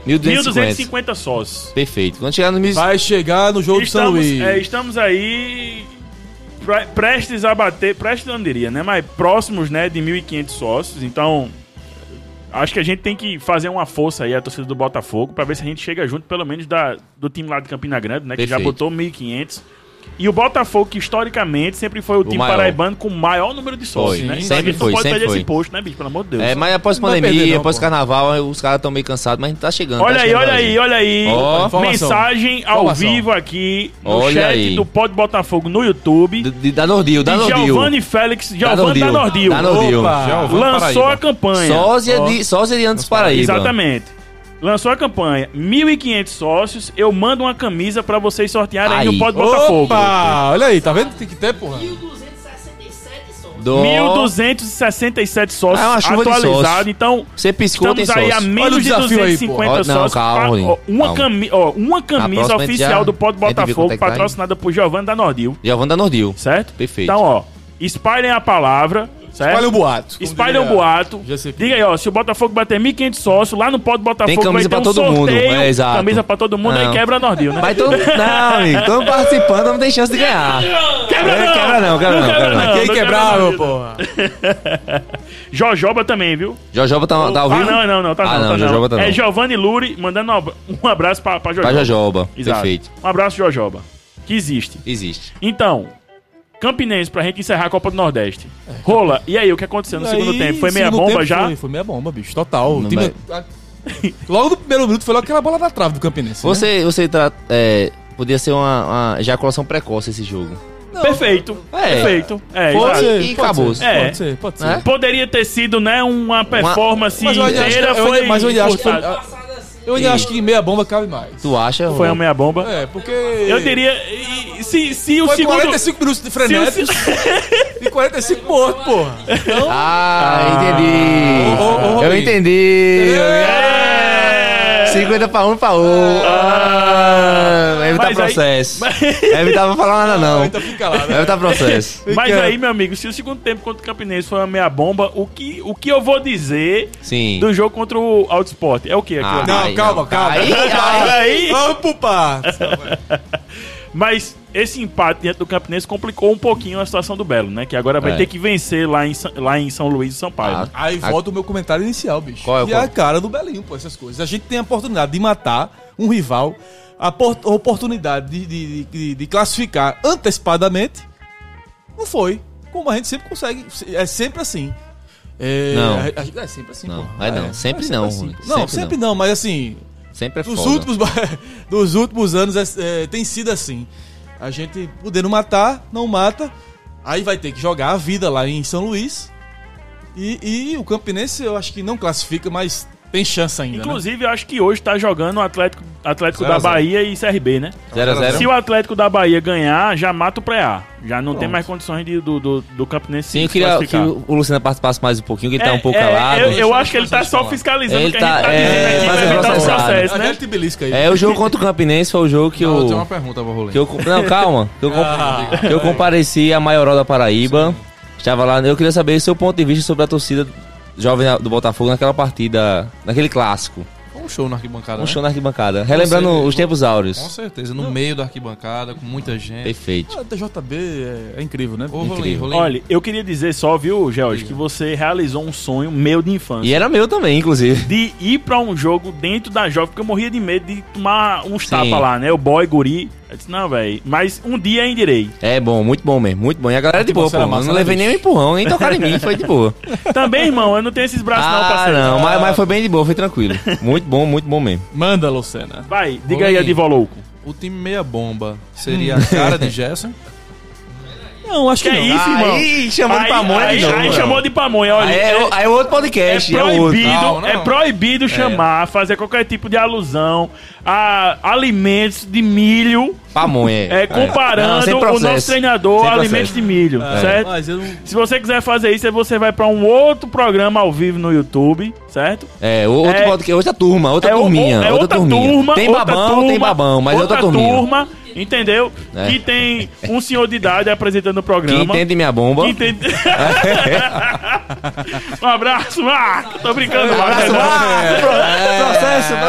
1250.
1250 sócios.
Perfeito. Quando chegar no mil...
vai chegar no jogo de São
Estamos,
Luís.
é, estamos aí pre- prestes a bater, prestes eu não diria, né? Mas próximos, né, de 1.500 sócios. Então, acho que a gente tem que fazer uma força aí, a torcida do Botafogo, pra ver se a gente chega junto, pelo menos, da, do time lá de Campina Grande, né? Que já
Perfeito.
botou 1.500. E o Botafogo, que historicamente sempre foi o, time
maior.
paraibano com o maior número de sócios,
Foi.
né?
Sempre
a gente
foi,
não pode
sempre
perder
foi.
esse posto, né, bicho? Pelo amor de Deus.
É, mas após
Não vai
pandemia,
perder, não,
após
pô.
carnaval, os caras estão meio cansados, mas a gente tá chegando.
Olha
tá
aí,
chegando
olha
lá.
aí, olha aí.
Ó.
Informação.
Mensagem ao
Informação.
vivo aqui no
Olha
chat
aí.
do Pod Botafogo no YouTube.
Do- de- Da Nordil, da
de
Nordil.
Giovanni Félix, Giovanni da Nordil.
Da Nordil.
Opa.
Giovanni
Lançou
Paraíba.
a campanha.
Sósia
Ó.
de, sósia de Antes Paraíba.
Exatamente. Lançou a campanha. 1.500 sócios, eu mando uma camisa pra vocês sortearem aí
Aí.
no Pod Botafogo.
Opa! Olha aí, tá vendo? Tem que ter, porra.
1267 só.
Do...
1.267 sócios
Ah, é uma chuva de
atualizado.
sócios.
Então,
Você piscou, tem
estamos aí a
sócio.
menos
Olha o
de
desafio aí, pô.
250
Ó, não,
sócios.
calma,
Ah, ó,
Rolinho,
uma,
calma.
cami- ó, uma camisa
próxima a gente
oficial
já-
do Pod
a gente vê quanto
Botafogo,
é que tá aí.
patrocinada por Giovanni da Nordil,
Giovanni da Nordil.
certo?
Perfeito.
Então, ó, espalhem a palavra, certo?
Olha o boato.
Como É? Espalha o boato.
GCP.
Diga aí, ó. Se o Botafogo bater 1.500 sócios, lá no Pod Botafogo
é.
um
Tem camisa pra todo mundo. É, exato.
Camisa pra todo mundo, aí
Não.
quebra a Nordil, né?
Vai todo Não, amigo, todo mundo participando, não tem chance de ganhar.
Quebra
É, quebra não, quebra não, quebra não.
Quem
não
quebrava,
não.
porra?
Jojoba também, viu?
Jojoba tá, tá ao
ah,
vivo?
não, não, não. Tá não,
ah, não,
tá
Jojoba tá não.
É Giovanni Luri mandando um ab- um abraço pra, pra Jojoba.
Pra Jojoba.
Exato.
Perfeito.
Um abraço, Jojoba. Que existe.
Existe.
Então, Campinense, pra gente encerrar a Copa do Nordeste. Rola, e aí, o que aconteceu no
E
segundo
aí,
tempo? Foi meia
segundo
bomba
tempo
já?
Foi, foi meia bomba, bicho, total. O
Não
time- Logo no primeiro minuto foi logo aquela bola na trave do Campinense. né?
Você, você tá, é, podia ser uma, uma ejaculação precoce esse jogo.
Não,
Perfeito.
É.
Perfeito. É,
Foi.
exato.
e acabou.
Ser,
É.
Pode ser, pode ser.
Né?
Poderia ter sido, né, uma performance
Mas eu ainda acho que-
inteira.
eu
foi
ainda- mas eu ainda acho que foi-
cortada.
Passado assim,
Eu ainda acho que meia bomba cabe mais.
Tu acha?
Foi
Rô?
uma meia bomba.
É, porque.
Eu diria. e- e se, se o
Foi
segundo.
45 minutos de
Se o
frenéticos
se-
e 45 mortos, porra.
Ah,
Ô, ô,
entendi.
ô,
Eu
Rui.
entendi.
É.
50 pra um pra outro. Ah, vai evitar
Mas aí-
processo. Vai evitar pra falar nada, não.
Então fica lá, né?
Vai evitar processo.
Mas aí, meu amigo, se o segundo tempo contra o Campinense foi uma meia bomba, o que, o que eu vou dizer
Sim.
do jogo contra o Autosport? É o que aquilo?
Ah,
ali?
Não,
Ai,
calma,
não.
calma.
Aí,
aí.
Vamos pro par.
Mas esse empate diante do Campinense complicou um pouquinho a situação do Belo, né? Que agora vai
É. Ah, tá
ter que vencer lá em, Sa- lá em São Luís do Sampaio.
Aí
A-
volta o meu comentário inicial, bicho.
Qual é,
que é
qual?
a cara do Belinho, pô, essas coisas. A gente tem a oportunidade de matar um rival, a por- a oportunidade de, de- de- de classificar antecipadamente. Não foi. Como a gente sempre consegue. se- É sempre assim. É,
Não.
a- a- é sempre assim,
Não,
pô.
é não. Sempre não,
assim,
Rui.
pô. Não,
Sempre
sempre, não. mas assim.
Sempre é
Dos
foda.
últimos, dos últimos anos é- é, tem sido assim. A gente podendo matar, não mata. Aí vai ter que jogar a vida lá em São Luís. E, e o Campinense eu acho que não classifica, mas tem chance ainda. né?
Inclusive, eu acho que hoje tá jogando o Atlético, Atlético
Zero
da
a zero.
Bahia e CRB, né?
0 a 0
Se o Atlético da Bahia ganhar, já mata o pré-A. Já não tem mais condições de- do, do, do Campinense
Sim, eu
se
queria que
classificar.
o o Luciano participasse mais um pouquinho, que ele tá
É,
um pouco
é,
calado.
Eu, eu
Deixa
acho que ele tá
vocês
só
falar.
fiscalizando
Ele
o que
tá-
a gente tá
é,
dizendo aqui,
fazendo
vai evitar o
processado.
processo,
A
né?
gente belisca aí.
É, o jogo contra o Campinense foi o jogo que
Eu
eu.
tenho uma pergunta pra rolê.
Que eu, com- não, calma. Que eu, com- que eu compareci a maioral da Paraíba. Estava lá. Eu queria saber o seu ponto de vista sobre a torcida jovem da- do Botafogo naquela partida, naquele clássico.
Foi um show na arquibancada,
Um
né?
show na arquibancada. Relembrando
certeza.
os tempos
Com
áureos.
certeza, no meio da arquibancada, com muita gente.
Perfeito.
Ah, TJB é, é incrível, né?
Ô, rolê,
Incrível.
rolê.
Olha, eu queria dizer só, viu, George, que você realizou um sonho meu de infância.
E era meu também, inclusive.
de ir pra um jogo dentro da jovem, porque eu morria de medo de tomar uns
Sim.
tapas lá, né? O boy, guri. Eu disse, não, velho. Mas um dia endirei.
É bom, muito bom mesmo, muito bom. E a galera é de boa, pô.
Atmosfera
Eu
massa,
não
né,
levei
bicho?
nem um empurrão, nem tocaram em mim, foi de boa.
Também, irmão, eu não tenho esses braços, não,
Ah,
parceiro. tá
não, mas, mas foi bem de boa, foi tranquilo. Muito bom, muito bom mesmo.
Manda, Lucena.
Vai, diga aí,
Oi.
Adivo Louco.
O time meia bomba seria
Hum.
a cara de Gerson.
Não, acho
Que
que,
é
não.
isso, irmão?
Aí chamou de pamonha
aí,
de novo,
aí
mano.
chamou de pamonha, olha.
Aí é, o- aí é outro podcast, é, outro.
proibido,
Não, não.
é proibido chamar, fazer qualquer tipo de alusão a alimentos de milho,
Pamonha.
é,
Não,
comparando
sem
o nosso
processo.
treinador
Sem
a alimentos
processo. É.
de milho,
Ah,
certo?
Mas eu não...
Se você quiser fazer isso, aí você vai pra um outro programa ao vivo no YouTube, certo?
É, outro
É-
podcast, outra turma, outra
É o-
turminha,
é
outra, turminha.
turma,
tem
outra
babão,
turma,
tem babão, mas é outra, turminha.
turma, entendeu?
É.
Que tem um senhor de idade apresentando o
Quem
programa.
entende minha bomba.
Que entende- um abraço, Marco. Tô brincando.
Um abraço,
Marco.
Marco. é.
Olha o
Processo, processo.
É.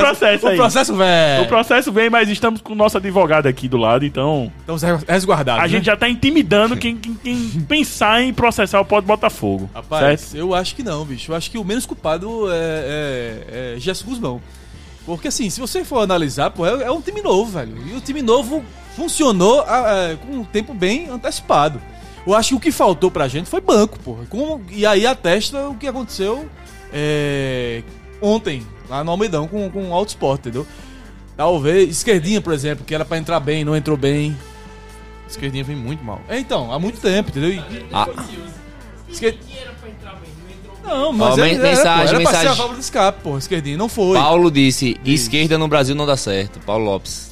processo aí.
É, O processo, velho.
O processo vem, mas estamos com o nosso advogado aqui do lado, então
Estamos resguardados.
a
né?
gente já tá intimidando quem, quem- quem pensar em processar o Pode Botafogo.
Rapaz,
certo?
eu acho que não, bicho. Eu acho que o menos culpado é, é, é Gerson Guzmão. Porque assim, se você for analisar, pô, é, é um time novo, velho. E o time novo funcionou ah, ah, com um tempo bem antecipado. Eu acho que o que faltou pra gente foi banco, porra. Como- e aí atesta o que aconteceu é, ontem, lá no Almeidão, com, com o Auto Sport, entendeu? Talvez, esquerdinha, por exemplo, que era pra entrar bem, não entrou bem.
Esquerdinha vem muito mal.
É, então, há muito tempo, entendeu? E-
Ah,
esquer-
dinheiro pra entrar bem, não entrou.
Não, mas
Ó,
ele-
men-
era,
mensagem,
pô, era pra ser a
mensagem.
válvula de escape, porra, esquerdinho. Não foi.
Paulo disse, esquerda no Brasil não dá certo. Paulo Lopes.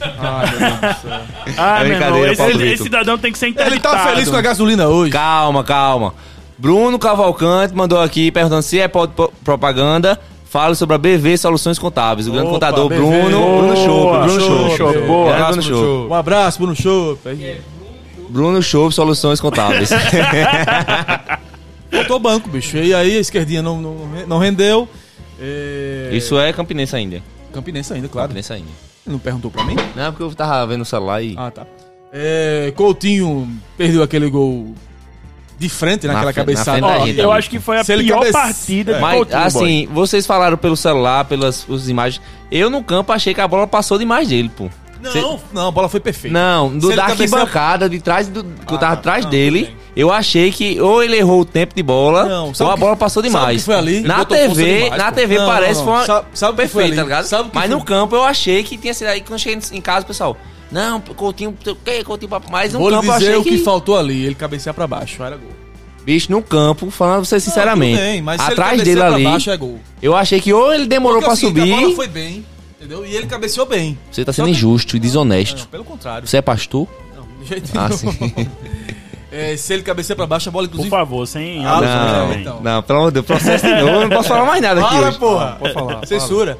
Ai, meu Deus do céu.
Ah,
É
meu irmão,
brincadeira,
esse,
Paulo
esse
Brito.
cidadão tem que ser interditado.
Ele tá feliz com a gasolina hoje.
Calma, calma. Bruno Cavalcante mandou aqui perguntando se é pod- po- propaganda. Fala sobre a BV Soluções Contábeis. O grande
Opa,
contador
BV.
Bruno, Bruno
Boa,
Chopp. Bruno
Chopp,
Chopp.
Chopp,
Grande
boa.
Bruno
Abraço, Bruno
Chopp.
Chopp.
Um abraço, Bruno Show.
É.
Bruno Chopp, Soluções Contábeis.
Faltou banco, bicho. E aí a esquerdinha não, não, não rendeu. É...
Isso é Campinense ainda.
Campinense ainda, claro.
Campinense ainda.
Não perguntou pra mim?
Não, porque eu tava vendo o celular e...
Ah, tá. É, Coutinho perdeu aquele gol de frente naquela
frente-
cabeçada.
na frente da
Ó,
gente.
eu acho que foi a
Se ele É.
pior
cabece-
partida de
Mas,
Coutinho, boy.
assim, vocês falaram pelo celular, pelas as imagens. Eu no campo achei que a bola passou demais dele, pô.
Não, não, a bola foi perfeita.
Não,
Se
do,
ele
da
cabecear-
arquibancada, de trás do, que eu tava
Ah,
atrás
não,
dele,
tudo bem.
eu achei que ou ele errou o tempo de bola,
Não,
ou
sabe
a
que-
bola passou
sabe
demais.
que foi ali?
Na
Botou força
TV,
demais,
na
pô.
TV
Não, não,
parece
não.
foi uma
Sabe- sabe que foi
perfeita,
ali?
tá ligado?
Sabe que
Mas
foi-
no campo eu achei que tinha sido aí quando eu cheguei em casa, o pessoal, não, Coutinho, o que Coutinho papo mais no
Vou lhe
campo eu
dizer
achei
o que...
que
faltou ali. Ele cabecear pra baixo. Era gol.
bicho no campo, falando pra você sinceramente,
Tudo bem, mas se ele
atrás
cabecear
dele
pra
ali,
baixo é gol.
eu achei que ou ele demorou
Porque é
pra
o
assim,
seguinte,
subir,
A bola foi bem, entendeu? E ele cabeceou bem.
você tá
Só
sendo
que-
injusto e
Não,
desonesto.
pelo contrário.
Você é pastor?
Não, de jeito
Ah,
nenhum.
sim.
É, se ele cabecear pra baixo, a bola,
Por
inclusive.
favor, sem
Ah,
alusões
não,
também.
então.
Não, pelo amor de Deus, processo de novo, eu não posso falar mais nada aqui hoje.
porra! Pode falar. Censura.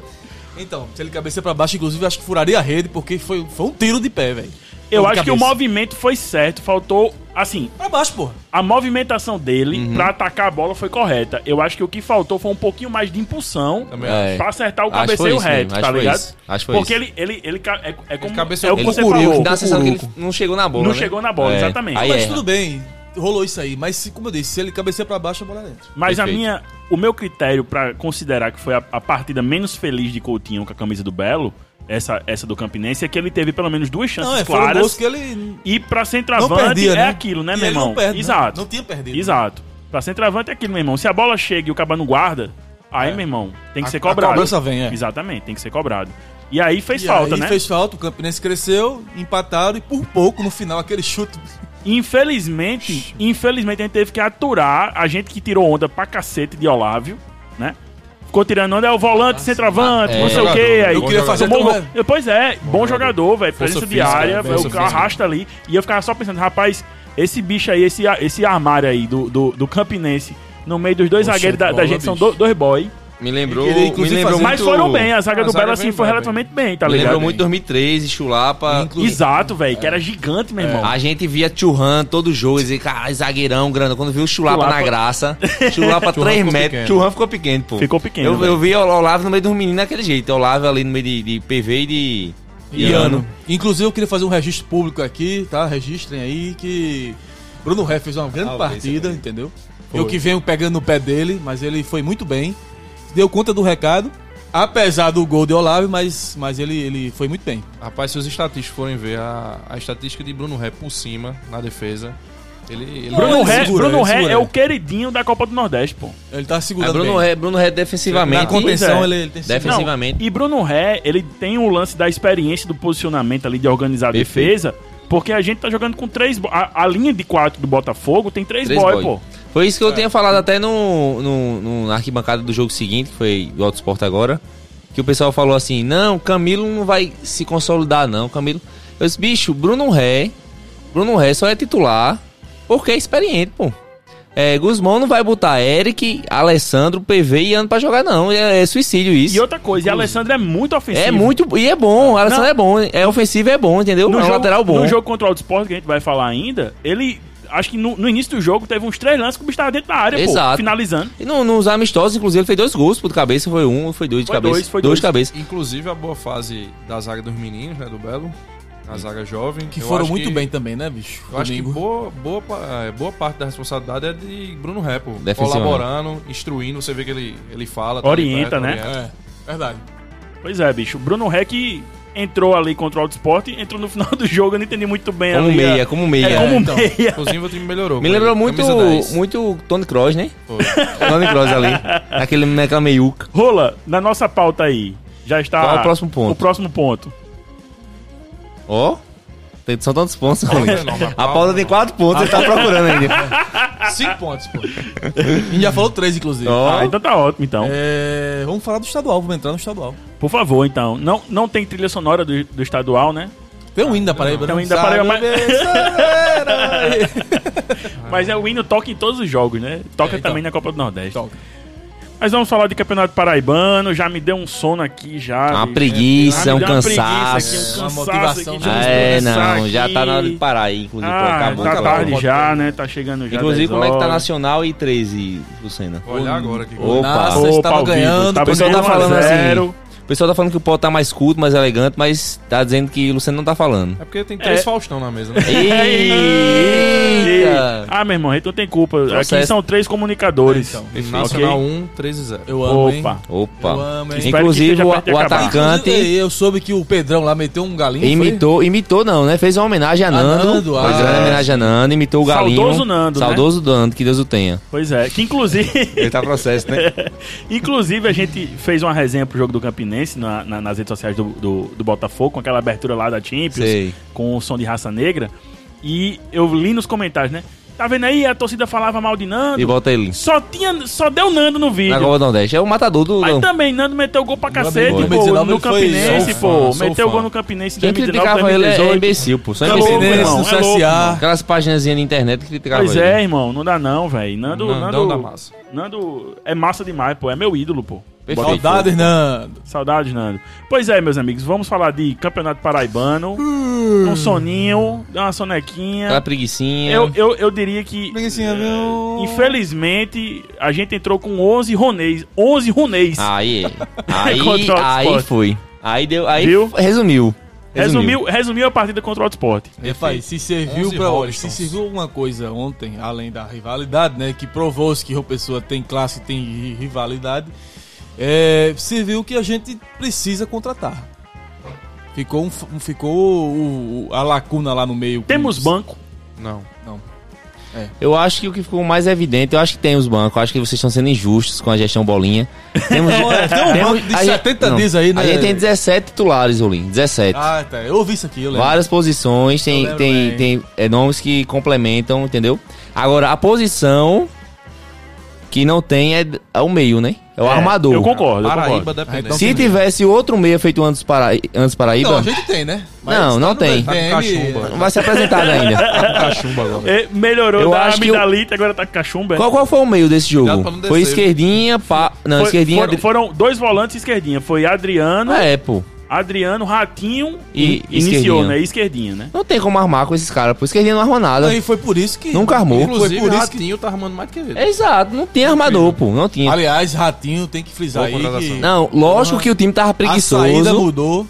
Então, se ele cabecear pra baixo, inclusive, acho que furaria a rede, porque foi, foi um tiro de pé, velho.
Eu
Foi de
acho que o
cabeça.
movimento foi certo, faltou. Assim,
Pra baixo, porra.
a movimentação dele
Uhum.
pra atacar a bola foi correta. Eu acho que o que faltou foi um pouquinho mais de impulsão
Também
É.
pra acertar o
Acho que foi
cabeceio
isso
reto,
mesmo, acho
tá
que foi
ligado?
isso, acho que foi
Porque
isso.
ele, ele, ele ca- é, é como,
Ele
é
cabeceou
o que
com
você
o
Curiu,
falou.
dá a sensação que ele não chegou na bola.
Não
né?
chegou na bola,
É.
exatamente.
Aí
mas
erra.
tudo bem, rolou isso aí. Mas, se- como eu disse, se ele cabecear pra baixo, a bola é dentro.
Mas a
Perfeito.
minha, o meu critério pra considerar que foi a, a partida menos feliz de Coutinho com a camisa do Belo, essa, essa do Campinense, é que ele teve pelo menos duas chances
Não, é, foram
claras.
gols que ele
E pra
não
centroavante
perdia,
é
né?
aquilo, né,
E
meu
ele não
irmão?
perde, né?
Exato.
Não tinha perdido.
Exato. Pra centroavante é aquilo, meu irmão. Se a bola chega e o caba não guarda, aí, meu irmão, tem que
É. A-
ser
a
cobrado.
cobrança vem, é.
Exatamente, tem que ser cobrado. E aí fez
E
falta,
aí
né?
fez falta, o Campinense cresceu, empataram e por pouco no final aquele chute.
Infelizmente, infelizmente a gente teve que aturar a gente que tirou onda pra cacete de Olávio, né? Ficou tirando onda, é o volante, centroavante,
é.
não sei o
Bom
que.
jogador,
Aí,
eu queria
tomou
fazer
gol.
tão leve.
Pois é, bom, jogador, velho.
Força
Presença de
física,
área,
força
velho, o cara
física.
arrasta ali. E eu ficava só pensando, rapaz, esse bicho aí, esse, esse armário aí do, do, do Campinense, no meio dos dois
Poxa,
zagueiros da, da
bola,
gente, são
bicho.
do- dois boy.
Me lembrou,
Ele queria,
me
inclusive,
lembrou
fazer-
muito...
Mas foram bem, a zaga
a
do
zaga
Belo,
foi
assim,
bem,
foi
bem.
relativamente bem, tá
me
ligado?
lembrou muito 2013, Chulapa.
Inclusive,
Exato, velho, que era gigante, meu irmão.
A gente via Churran todo jogo e dizia, caralho, zagueirão, grana. Quando viu o Chulapa,
Chulapa-
na graça, Chulapa 3
ficou
metros.
pequeno.
Churran ficou pequeno, pô.
Ficou pequeno, né?
Eu,
velho.
eu vi o Olavo no meio dos meninos daquele jeito. O Olavo ali no meio de, de PV e de... E ano.
Inclusive, eu queria fazer um registro público aqui, tá? Registrem aí que Bruno Ré fez uma grande partida, entendeu? Eu que venho pegando no pé dele, mas ele foi muito bem. Deu conta do recado, apesar do gol de Olave, mas, mas ele, ele foi muito bem.
Rapaz, se os estatísticos forem ver a, a estatística de Bruno Ré por cima, na defesa, ele. ele
Bruno
Ele
Ré,
segura,
Bruno
ele
Ré
segura.
é o queridinho da Copa do Nordeste, pô.
Ele tá
Aí
segurando
Bruno
bem.
Ré, Bruno Ré defensivamente...
Na contenção,
Pois é.
ele, ele tem
Deve-
Não,
defensivamente.
e Bruno Ré, ele tem o lance da experiência do posicionamento ali de organizar a
Perfeito.
defesa, porque a gente tá jogando com três. bo- A, a linha de quatro do Botafogo tem três,
Três
boy,
boy.
pô.
Foi isso que eu
É.
tinha falado até no, no, no- na arquibancada do jogo seguinte, que foi do Auto Esporte agora, que o pessoal falou assim, não, Camilo não vai se consolidar não, Camilo. Eu disse, bicho, Bruno Ré, Bruno Ré só é titular porque é experiente, pô. É, Guzmão não vai botar Eric, Alessandro, PV e Ano pra jogar não, é, é suicídio isso.
E outra coisa, e Alessandro é muito ofensivo.
é muito, e é bom, Alessandro é bom, é ofensivo e é bom, entendeu?
No
é um
jogo,
lateral bom.
No jogo contra o Alto Esporte, que a gente vai falar ainda, ele. Acho que no, no início do jogo teve uns três lances que o bicho tava dentro da área, pô.
Exato.
Finalizando.
E no- nos amistosos, inclusive, ele fez dois gols, pô, de cabeça, foi um, foi dois de
Foi
cabeça.
dois, foi dois.
de cabeça.
Inclusive a boa fase da zaga dos meninos, né? Do Belo. A zaga jovem.
Que
Eu
foram
acho
muito
que-
bem também, né, bicho?
Eu acho que
Domingo.
boa, boa, pa- eh, boa parte da responsabilidade é de Bruno Ré, pô.
Defensiva,
Colaborando, instruindo, você vê que ele, ele fala. tá
Orienta, né?
É, verdade.
Pois é, bicho. Bruno Ré que entrou ali contra o Alto Esporte, entrou no final do jogo, eu não entendi muito bem
Como
ali a-
meia, como meia.
É, como
então.
meia.
Inclusive o time melhorou.
Me
pô.
lembrou muito,
Camisa 10.
muito Tony Kroos, né?
Pô.
Tony Kroos ali. Aquele naquela meiuca.
Rola, na nossa pauta aí, já está.
Qual é o próximo ponto?
O próximo ponto.
Ó. Tem são tantos pontos, Rolinho.
Não, mas
A
palma,
pauta tem
não.
quatro pontos, ele tá procurando ainda.
Cinco pontos, pô. A gente já falou três, inclusive.
Ah,
Ó.
então tá ótimo, então.
É, vamos falar do estadual, vamos entrar no estadual.
Por favor, então. Não, não tem trilha sonora do, do estadual, né?
Tem um hino da Paraíba,
Tem um
né?
hino da Paraíba, mas-
mas...
Ah.
Mas é o hino toca em todos os jogos, né? Toca
É, então.
também na Copa do Nordeste. Mas vamos falar de Campeonato Paraibano. Já me deu um sono aqui, já.
Uma
bicho.
preguiça,
Já
um
me deu uma preguiça aqui,
cansaço.
É,
um
uma
cansaço
motivação,
aqui,
né?
deixa eu
É,
descansar
não, já tá na hora de
aqui.
parar aí, inclusive. pô,
Ah,
acabou,
tá
acabou.
tarde já, né? Tá chegando já.
Inclusive,
10
como é que tá
horas.
Nacional e 13, Lucena?
Olha agora que
Opa.
Nossa,
Opa,
estava
Alvito,
ganhando,
tava
o pessoal tá
ganhando um a
falando assim,
zero.
O pessoal tá falando que o Pó tá mais culto, mais elegante, mas tá dizendo que o Luciano não tá falando.
É porque tem três
É.
Faustão na mesa, né?
Eita!
Ah, meu irmão, então tem culpa. Aqui
Processo.
são três comunicadores.
Então,
Tem
Ok?
um
Nacional 1, 13 e 0.
Eu amo, hein?
Opa.
Eu
Opa.
amo, hein?
Espero que
Inclusive,
esteja
o,
perto de
o
acabar.
atacante
Inclusive, Eu soube que o Pedrão lá meteu um galinho. foi?
imitou, imitou não, né? Fez uma homenagem a
A
Nando.
Nando, ah.
Fez uma homenagem a Nando, imitou o Galinho.
Saudoso Nando, né?
Saudoso Nando, que Deus o tenha.
Pois é. Que inclusive.
Ele tá processo, né?
Inclusive, a gente fez uma resenha pro jogo do Campinense na- na- nas redes sociais do, do, do Botafogo, com aquela abertura lá da Champions,
Sei.
com o som de raça negra. E eu li nos comentários, né? Tá vendo aí? A torcida falava mal de Nando.
E bota ele.
Só, tinha, só deu Nando no
Na
vídeo.
Copa do Nordeste. É o matador do.
Mas
do-
também, Nando meteu gol pra
Meu
cacete,
amigo,
pô,
2019
no
ele foi-
Campinense,
sou
pô.
fã, sou
Meteu
fã.
gol no Campinense em
Quem
2019,
criticava ele é
2018.
imbecil, pô. Só
Tá
imbecil.
louco,
mesmo.
Fluminense,
irmão,
no
é louco,
CSA.
Aquelas paginazinhas na internet que criticavam
Pois
ele.
é, irmão, não dá não, velho. Nando,
Nandão
Nando,
da massa.
Nando é massa demais, pô. É meu ídolo, pô.
Perfeito.
Saudades, Nando.
Saudades, Nando. Pois é, meus amigos, vamos falar de Campeonato Paraibano. Um soninho, uma
Aquela
sonequinha.
preguicinha.
Eu, eu, eu diria que, é,
Preguiçinha, meu.
infelizmente, a gente entrou com 11 ronês. 11 ronês.
Aí. Aí,
É Contra o
aí
Sport.
foi. Aí deu. Aí
Viu?
f- resumiu.
resumiu, resumiu a partida contra o Sport.
Efai, se serviu
11
pra se
Rollingstones.
serviu alguma coisa ontem, além da rivalidade, né? Que provou-se que João Pessoa tem classe, tem ri- rivalidade. É, serviu que a gente precisa contratar. Ficou, um f- um- ficou o- o- a lacuna lá no meio. com
Temos
os-
banco.
Não.
Eu acho que o que ficou mais evidente, eu acho que tem os bancos, eu acho que vocês estão sendo injustos com a gestão bolinha. Temos,
Tem um banco de
a gente-
70
não,
dias aí, né?
A gente tem 17 titulares, Rolim. 17.
Ah, tá. Eu ouvi isso aqui, eu lembro.
Várias posições, tem,
Eu lembro
tem,
bem.
tem é, nomes que complementam, entendeu? Agora, a posição que não tem é, d- é o meio, né? É o
É,
armador.
Eu concordo, eu concordo.
Paraíba
Ah,
dependente.
então-
Se tivesse outro meia feito antes, para, antes Paraíba,
Não, a gente tem, né?
Não, não
no
tem.
BPM,
Tá com cachumba. Tá
não vai ser apresentado ainda.
Cachumba agora.
É, melhorou
Eu
da
acho que eu-
amidalita, agora tá com cachumba. é?
Qual, qual foi o meio desse jogo?
Cuidado pra não descer,
Foi
viu?
esquerdinha, pa... não,
Foi-
esquerdinha...
foram, foram dois volantes e esquerdinha. Foi Adriano,
Não é, pô.
Adriano, Ratinho
E-
e iniciou,
esquerdinha.
né? E esquerdinha, né?
Não tem como armar com esses caras, pô. Esquerdinha não arma nada.
E foi por isso que.
Nunca armou.
Inclusive,
Foi por
o
isso que
Ratinho tá armando mais que ele.
Exato, não tem armador, pô. Não tinha.
Aliás, Ratinho tem que frisar
Boa
aí que
contratação.
Não, lógico
Ah,
que o time tava
a saída
preguiçoso.
mudou.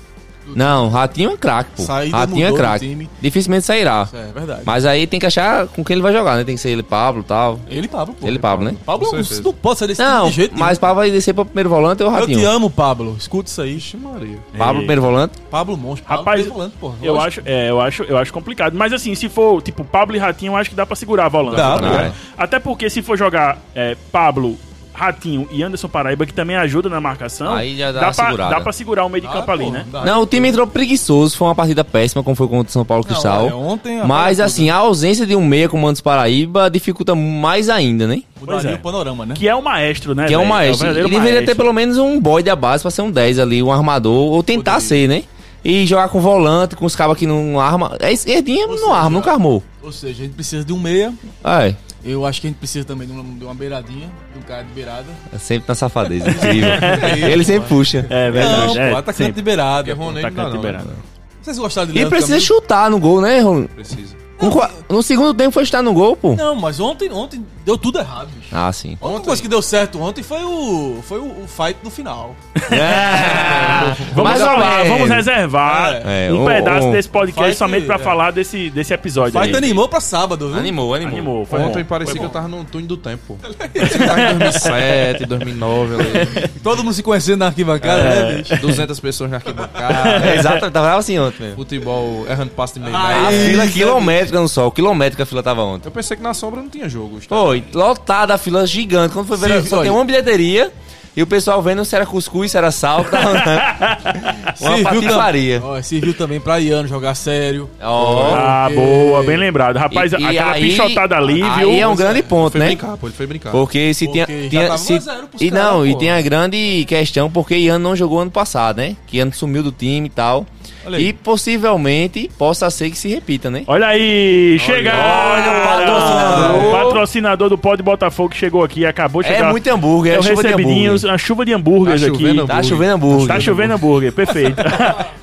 Não, Ratinho é craque, pô.
Saída
Ratinho é
mudou do
craque.
time.
Dificilmente sairá.
É verdade.
Mas aí tem que achar com quem ele vai jogar, né? Tem que ser ele, Pablo e tal.
Ele e Pablo, pô.
Ele, Pablo, né?
Pablo
Com
não-
certeza.
não pode ser desse time
Não,
de jeito
mas Pablo vai descer pro primeiro volante ou o
nenhum. Eu te
Ratinho?
amo, Pablo. Escuta isso aí.
Ixi, Maria.
Pablo, primeiro volante.
Pablo Monstro. Pablo
Rapaz,
tá volante, pô.
Eu acho, é, eu acho, eu acho complicado. Mas assim, se for tipo Pablo e Ratinho, eu acho que dá pra segurar a volante.
Dá,
Tá
dá.
ligado? Até porque se for jogar é, Pablo, Ratinho e Anderson Paraíba, que também ajuda na marcação,
Aí já dá
dá,
uma
pra,
segurada.
dá pra segurar o meio de
Ah,
campo
pô,
ali, né?
dá.
Não, o time entrou preguiçoso, foi uma partida péssima, como foi contra o São Paulo Cristal.
olha, é, ontem, a-
mas
a-
assim, a ausência de um meia com o Mantos Paraíba dificulta mais ainda, né?
Mudaria
Pois é.
o panorama, né?
Que é o maestro, né?
Que é um
velho?
maestro.
verdadeiro
ele deveria ter
maestro.
pelo menos um boy da base pra ser um 10 ali, um armador, ou tentar ser, né? E jogar com volante, com os cabos que não arma. É esquerdinha, não
seja,
arma, nunca armou.
Ou seja, a gente precisa de um meia.
É,
Eu acho que a gente precisa também de uma, de uma beiradinha. De um cara de beirada.
é sempre na safadeza, incrível.
É
ele sempre puxa.
É verdade.
não,
é,
pô, atacante
sempre. tá
de beirada.
Porque
pô.
Rony
Atacante
não dá, não,
liberado.
né?
Vocês gostaram de
E
Leandro
precisa
Camilo?
chutar no gol, né, Rolim?
Precisa.
Com qua- No segundo tempo foi chutar no gol, pô.
Não, mas ontem, ontem deu tudo errado, bicho.
Ah, sim.
A única coisa que deu certo ontem foi o foi o, o fight no final.
Ah, vamos
Mais ou
falar,
menos.
vamos reservar
É. É,
um
um-
pedaço
um-
desse podcast
Fight,
somente pra
é.
falar desse, desse episódio
fight
aí.
animou pra sábado, viu?
Animou, animou.
Animou, foi
Ontem
bom.
parecia
Foi
que eu
bom.
tava num túnel do tempo. Você tá em 2007, 2009, ali.
Todo mundo se conhecendo na arquibancada, né, bicho?
200 pessoas na arquibancada.
É, exato, tava assim ontem mesmo.
Futebol errando passe de meio.
A
Ai.
metro.
fila quilométrica no sol, quilométrica a fila tava ontem.
Eu pensei que na sombra não tinha jogo. Gustavo.
Foi, lotada a fila gigante. Quando foi ver,
Sim,
só
foi.
tem uma bilheteria e o pessoal vendo se era cuscuz, se era sal, tava uma
Serviu tam-
patifaria.
Ó, serviu também pra Iano jogar sério.
É Ó,
Ah, boa, bem lembrado. Rapaz,
E- e
aquela
aí-
pichotada ali,
aí
viu?
é um grande ponto,
foi
né?
brincar, pô. Ele foi brincar.
Porque se
Porque
tinha.
já
tinha
tava
se,
1 a 0 pros
e
caras,
não, e
pô.
tem a grande questão porque Ian não jogou ano passado, né? Que Ian sumiu do time e tal.
Olha aí.
E possivelmente possa ser que se repita, né?
Olha aí, chegaram!
patrocinador.
O patrocinador do Pod Botafogo que chegou aqui, acabou de chegar.
É muito hambúrguer,
Eu
é chuva de
recebi
hambúrguer.
dinhos, uma chuva de hambúrgueres
Tá
aqui.
chovendo
Tá-
Tá chovendo hambúrguer.
Tá chovendo hambúrguer, perfeito.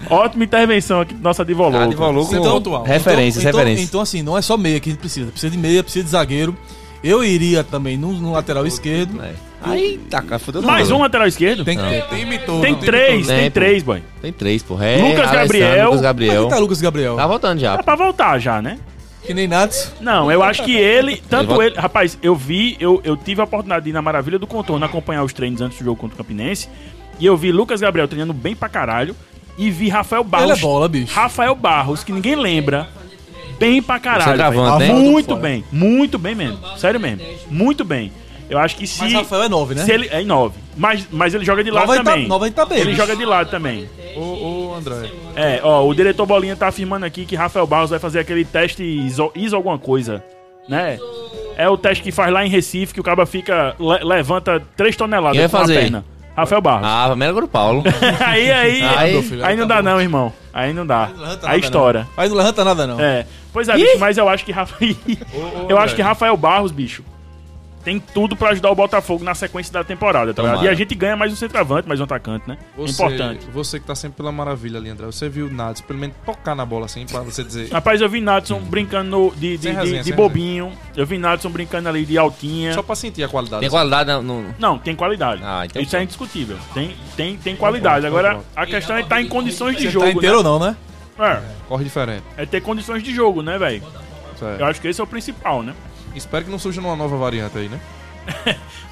Ótima intervenção aqui do nosso
Ah,
advogado.
de voluco.
Então, pontual.
referências,
tá então,
referências.
Então, assim, não é só meia que a gente precisa. Precisa de meia, precisa de zagueiro. Eu iria também no, no lateral esquerdo.
É. Aí, tá, cara, fodeu
Mais
tudo.
um lateral esquerdo?
Tem que
Não.
ter.
Time todo.
Tem né?
time
três,
todo.
Tem,
tem
pô.
três, boy.
Tem três, porra. É,
Lucas
Alessandro,
Gabriel.
Lucas
Mas
Gabriel.
que tá Lucas Gabriel?
Tá voltando já.
Dá pra voltar já, né?
Que nem Nats.
Não, eu acho que ele, tanto
volta-
ele, rapaz, eu vi, eu, eu tive a oportunidade de ir na Maravilha do Contorno acompanhar os treinos antes do jogo contra o Campinense, e eu vi Lucas Gabriel treinando bem pra caralho, e vi Rafael
Ele é
Barros,
bola, bicho.
Rafael Barros, que ninguém lembra, bem pra caralho,
Centroavante,
velho.
né?
muito bem, muito bem mesmo, sério mesmo, muito bem, eu acho que se,
Mas Rafael é 9, né?
se ele, é em nove, mas, mas ele joga de lado
Nova ele tá-
também,
Nova ele tá bem,
ele
bicho.
joga de lado também,
Ô, ô, André.
é, ó, o diretor Bolinha tá afirmando aqui que Rafael Barros vai fazer aquele teste ISO, ISO alguma coisa, né? É o teste que faz lá em Recife, que o cara fica, le- levanta 3 toneladas
Quem vai
com a
fazer?
perna. Rafael Barros.
Ah, primeiro agora o Paulo.
aí, aí,
Aí- tá
aí, não dá não, irmão. Aí não dá. Aí estoura.
Aí não levanta nada, não. Tá
É. Pois é, bicho, mas eu acho que Rafa... eu acho que Rafael Barros, bicho, tem tudo pra ajudar o Botafogo na sequência da temporada, tá ligado? E
Tomara.
a gente ganha mais um centroavante, mais um atacante, né?
Você,
Importante.
Você que tá sempre pela maravilha ali, André. Você viu nada, pelo menos tocar na bola assim, pra você
Ah,
dizer.
Rapaz, eu vi Natson brincando no- de, de,
Sem
de-
resenha,
de
sem
bobinho. Eu vi Natson brincando ali de
é.
altinha.
Só pra sentir a qualidade.
Tem qualidade no... no-
Não, tem qualidade.
Ah, então Tá
Isso é indiscutível. Tem, tem, tem qualidade. Agora, a questão é estar em condições de
Você
jogo.
tá inteiro ou não, né?
né?
Corre diferente.
É, é ter condições de jogo, né, velho?
Certo.
Eu acho que esse é o principal, né?
Espero que não surja uma nova variante aí, né?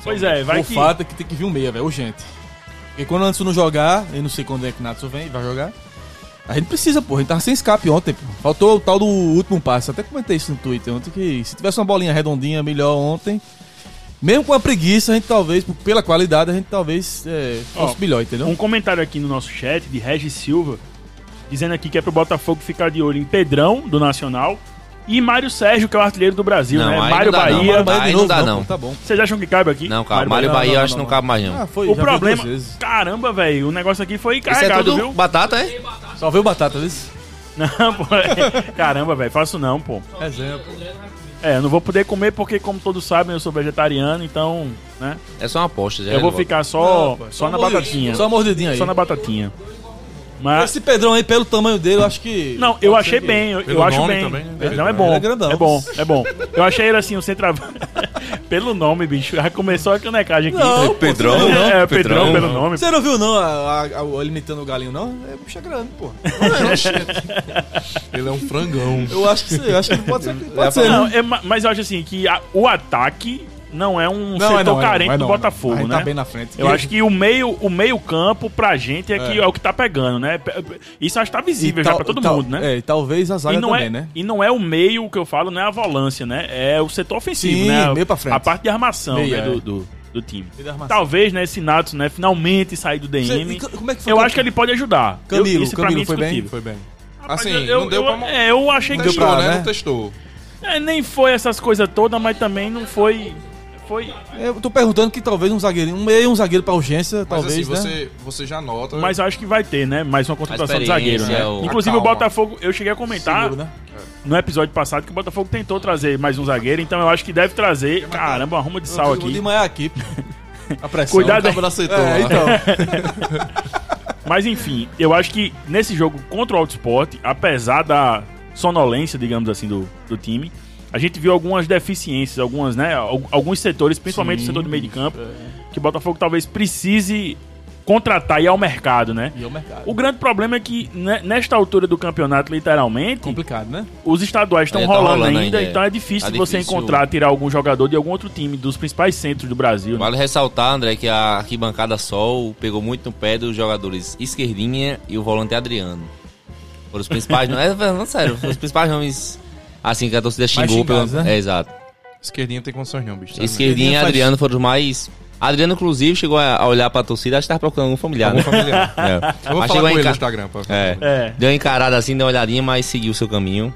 Pois é, vai
o
que.
fato é que tem que vir um meia, velho, urgente. Porque quando o Anderson não jogar, eu não sei quando é que o Natson vem, vai jogar. A gente precisa, pô. A gente tava sem escape ontem, pô. Faltou o tal do último passo. Até comentei isso no Twitter ontem, que se tivesse uma bolinha redondinha melhor ontem, mesmo com a preguiça, a gente talvez, pela qualidade, a gente talvez é, fosse
Ó,
melhor, entendeu?
Um comentário aqui no nosso chat de Regis Silva, dizendo aqui que é pro Botafogo ficar de olho em Pedrão, do Nacional, e Mário Sérgio, que é o artilheiro do Brasil,
Não,
né?
aí
Mário
não dá, não.
Bahia.
Mário Bahia não dá, não.
pô, Tá bom.
Vocês acham que cabe aqui?
Não, calma. Mário Bahia eu acho que não cabe mais, não.
Ah, foi,
O
já vi
problema.
duas vezes.
Caramba, velho, o negócio aqui foi
Isso é
carregado,
tudo
viu?
batata, é?
Só veio batata, vezes.
Não, pô. é. Caramba, velho, faço não, pô.
Exemplo.
É, eu não vou poder comer porque, como todos sabem, eu sou vegetariano, então, né?
É só uma aposta. já
eu vou
resolve.
ficar só,
Não, pô,
só na
mordida-
batatinha.
Só
Só,
uma mordidinha aí.
na batatinha. Mas.
Esse Pedrão aí, pelo tamanho dele, eu acho que.
Não, eu
pode ser
achei
que-
bem, eu, eu
Pelo
acho
nome
bem.
também, né?
Não, é bom,
Ele é grandão.
é bom, é bom. Eu achei ele assim, o centroavante. pelo nome, bicho, já começou a canecagem aqui.
Não, pô,
Pedrão,
você não,
é, Pedrão,
Pedrão.
pelo nome.
Você não viu, não, a, a- a- o alimentando o galinho, não? É bicha grande, pô.
Ele é um frangão.
Eu acho que você, eu acho que não pode ser. não Pode ser
Não,
né?
é ma- mas eu acho assim, que a- o ataque não é um
Não,
setor
é não, é não,
carente
é
do
não, é não.
Botafogo,
Aí
né?
Tá bem na frente.
Eu acho que o meio, o meio campo pra gente é, que, é o que tá pegando, né? Pe- pe- Isso acho que tá visível já pra todo mundo, né?
É, e talvez a zaga
E não,
também,
é,
né?
e não é o meio que eu falo, não é a volância, né? É o setor ofensivo,
Sim,
né?
meio pra frente.
A parte de armação
Meio,
né,
é.
do, do, do time.
Meio da armação.
Talvez, né, esse Natos, né, finalmente sair do
Você-
DM.
e co- como é que foi
eu
que-
acho que ele pode ajudar. Eu-
Camilo,
isso pra mim
Camilo
é
foi bem?
discutível.
Foi bem.
Mas
Assim,
eu,
não deu
eu-
pra.
É, eu achei que...
testou,
pra,
né?
né?
Não testou.
É, nem foi essas coisas todas, mas também não foi... Foi...
Eu tô perguntando que talvez um zagueiro, um meio e um zagueiro pra urgência,
Mas
talvez,
assim,
né?
você, você já nota.
Mas eu acho que vai ter, né? Mais uma contratação de
experiência,
zagueiro, né?
é o-
Inclusive
a
o
calma.
Botafogo, eu cheguei a comentar
Seguro, né?
no episódio passado que o Botafogo tentou trazer mais um zagueiro, então eu acho que deve trazer. Caramba, uma arruma de sal
O
aqui.
Lima é aqui. pô. A pressão.
Cuidado
o
aí.
cabra aceitou. É, então.
Mas enfim, eu acho que nesse jogo contra o Autosport, apesar da sonolência, digamos assim, do, do time, a gente viu algumas deficiências, algumas, né? al- Alguns setores, principalmente o setor do meio de campo, que o Botafogo talvez precise contratar e ir ao mercado, né?
E é o mercado.
O grande problema é que né, nesta altura do campeonato, literalmente,
Complicado, né?
os estaduais estão
Ainda tá
rolando,
rolando
ainda,
ainda, é.
então é difícil
Tá
você
difícil.
encontrar, tirar algum jogador de algum outro time dos principais centros do Brasil. né?
Vale ressaltar, André, que a arquibancada Sol pegou muito no pé dos jogadores Esquerdinha e o volante Adriano. Foram os principais nomes. É, não, sério, foram os principais nomes assim que a torcida xingou. Pelo...
xingados, né?
É, exato.
Esquerdinha tem condições não, bicho.
Esquerdinha e
faz-
Adriano foram os mais. Adriano, inclusive, chegou a a olhar pra torcida, acho que tava procurando um familiar.
Algum
Né?
familiar.
É.
Eu vou
Mas
falar
chegou
com
a
ele no
enca-
Instagram. Pra...
É.
É.
Deu uma encarada assim, deu uma olhadinha, mas seguiu seu caminho.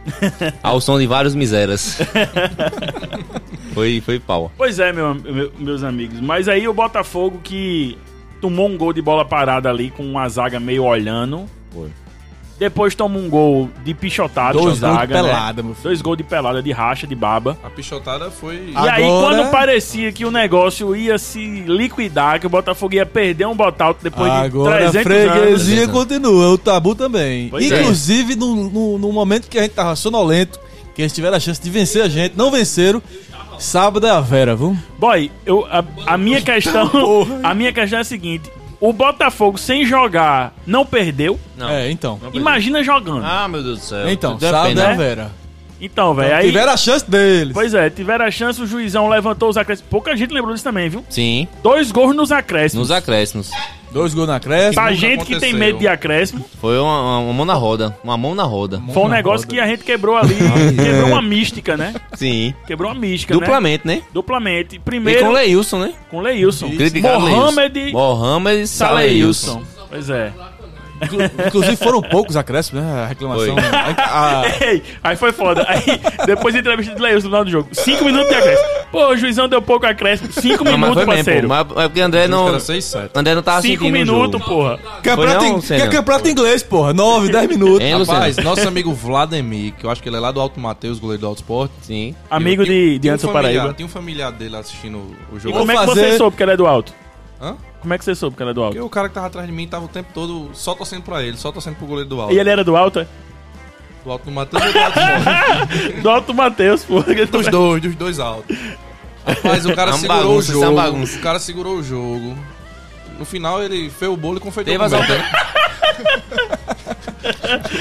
ao som de vários miseras. foi, foi pau.
Pois é, meu- meu- meus amigos. Mas aí o Botafogo que tomou um gol de bola parada ali com uma zaga meio olhando.
Foi.
Depois toma um gol de pichotada
Dois
da
gols de
zaga, né?
pelada, meu filho.
Dois gols de pelada, de racha, de baba.
A pichotada foi.
Ah.
E aí,
Agora-
quando parecia que o negócio ia se liquidar, que o Botafogo ia perder um botout depois
Agora
de
a
300 anos...
freguesia continua, é o tabu também.
Pois é.
Inclusive, no, no, no momento que a gente tava sonolento, que eles tiveram a chance de vencer a gente, não venceram. Sábado é a Vera, viu?
Boy, eu, a,
Tá
a minha questão. A minha questão é a seguinte: o Botafogo sem jogar não perdeu.
Não.
É, então.
Imagina jogando.
Ah, meu Deus do céu.
Então,
Tudo é
sábado
pena.
é a
né?
Vera.
Então, velho, aí.
Tiveram a chance deles.
Pois é, tiveram a chance, o juizão levantou os acréscimos. Pouca gente lembrou disso também, viu?
Sim,
Dois gols nos acréscimos.
nos acréscimos.
Dois gols na creche.
Tá
Pra
nunca
gente que tem
aconteceu.
medo de acréscimo,
Foi uma, uma mão na roda. Uma mão na roda.
foi um negócio que a gente quebrou ali. quebrou uma mística, né?
Sim.
Quebrou uma mística, né?
Ah, é. Duplamente, né?
Duplamente.
E com o
Primeiro
Leilson, né?
com Leilson.
Criticado
Mohamed
Mohamed e Saleilson.
Saleilson. Pois é.
Inclu- Inclusive foram poucos acréscimos, né? A reclamação.
Foi.
A- a-
Ei, aí foi foda. Aí, depois da entrevista do Leilson no final do jogo. Cinco minutos de acréscimo. Pô, o juizão deu pouco acréscimo. Cinco
Não, mas
minutos,
foi mesmo,
parceiro.
pô. Mas é porque André não.
Era 6, 7.
André não tava
Cinco
sentindo o jogo.
minutos, porra.
Campeonato,
Foi É. não,
in-
Senna?
que é campeonato inglês, porra. Nove, dez minutos.
Hein, Luciano?
Rapaz, nosso amigo Vladimir, que eu acho que ele é lá do Alto Mateus, goleiro do Alto Esporte.
Sim.
Amigo de, de Anderson
ah,
Paraíba.
Tem um familiar dele assistindo o
E
jogo.
como é que
fazer-
você soube que ela é do alto?
Hã?
Como é que você soube que ela é do
Porque
alto?
o cara que tava atrás de mim tava o tempo todo só torcendo pra ele, só torcendo pro goleiro do Alto.
E ele era do alto? é?
Do Alto do Mateus e do Alto Esporte.
Do alto Matheus, porra.
dos dois, dos dois altos. Rapaz, o cara
É uma
segurou
bagunça,
o
isso é uma
jogo.
bagunça.
O cara segurou o jogo. No final ele fez o bolo e confeitou
Teve as
comeu.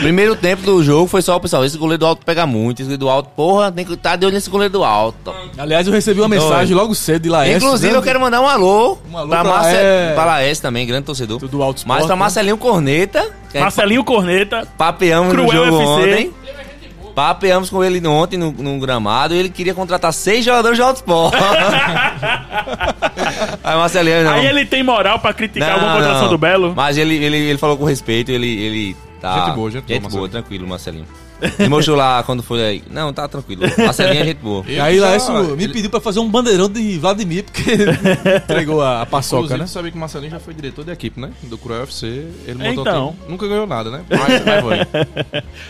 Primeiro tempo do jogo foi só o pessoal. Esse goleiro do alto pega muito. Esse goleiro do alto, porra, tem que estar de olho nesse goleiro do alto.
Aliás, eu recebi uma mensagem logo cedo de Laércio.
Inclusive,
né?
eu quero mandar um alô,
Um alô
pra,
pra
Marce...
Laércio.
pra Laércio também, grande torcedor.
Do Alto Sport,
Mas pra
né?
Marcelinho Corneta, que a gente
Marcelinho Corneta.
papeamos no
Cruel
jogo
FC.
ontem. Papeamos com ele ontem no, no gramado e ele queria contratar seis jogadores de alto esporte. Aí Marcelinho não.
Aí ele tem moral pra criticar alguma contratação
não.
do Belo.
Mas ele, ele, ele falou com respeito, ele, ele tá.
Gente boa, gente boa, Marcelinho.
tranquilo, Marcelinho. Ele mostrou lá quando foi aí. Não, tá tranquilo. Marcelinho é gente boa.
E aí,
Eu já-
Laércio me
ele-
pediu pra fazer um bandeirão de Vladimir, porque entregou a, a paçoca,
Inclusive,
né?
você sabia que o Marcelinho já foi diretor da equipe, né? Do Cruel FC. Ele montou
Então.
o time. Nunca ganhou nada, né? Mas, mas foi.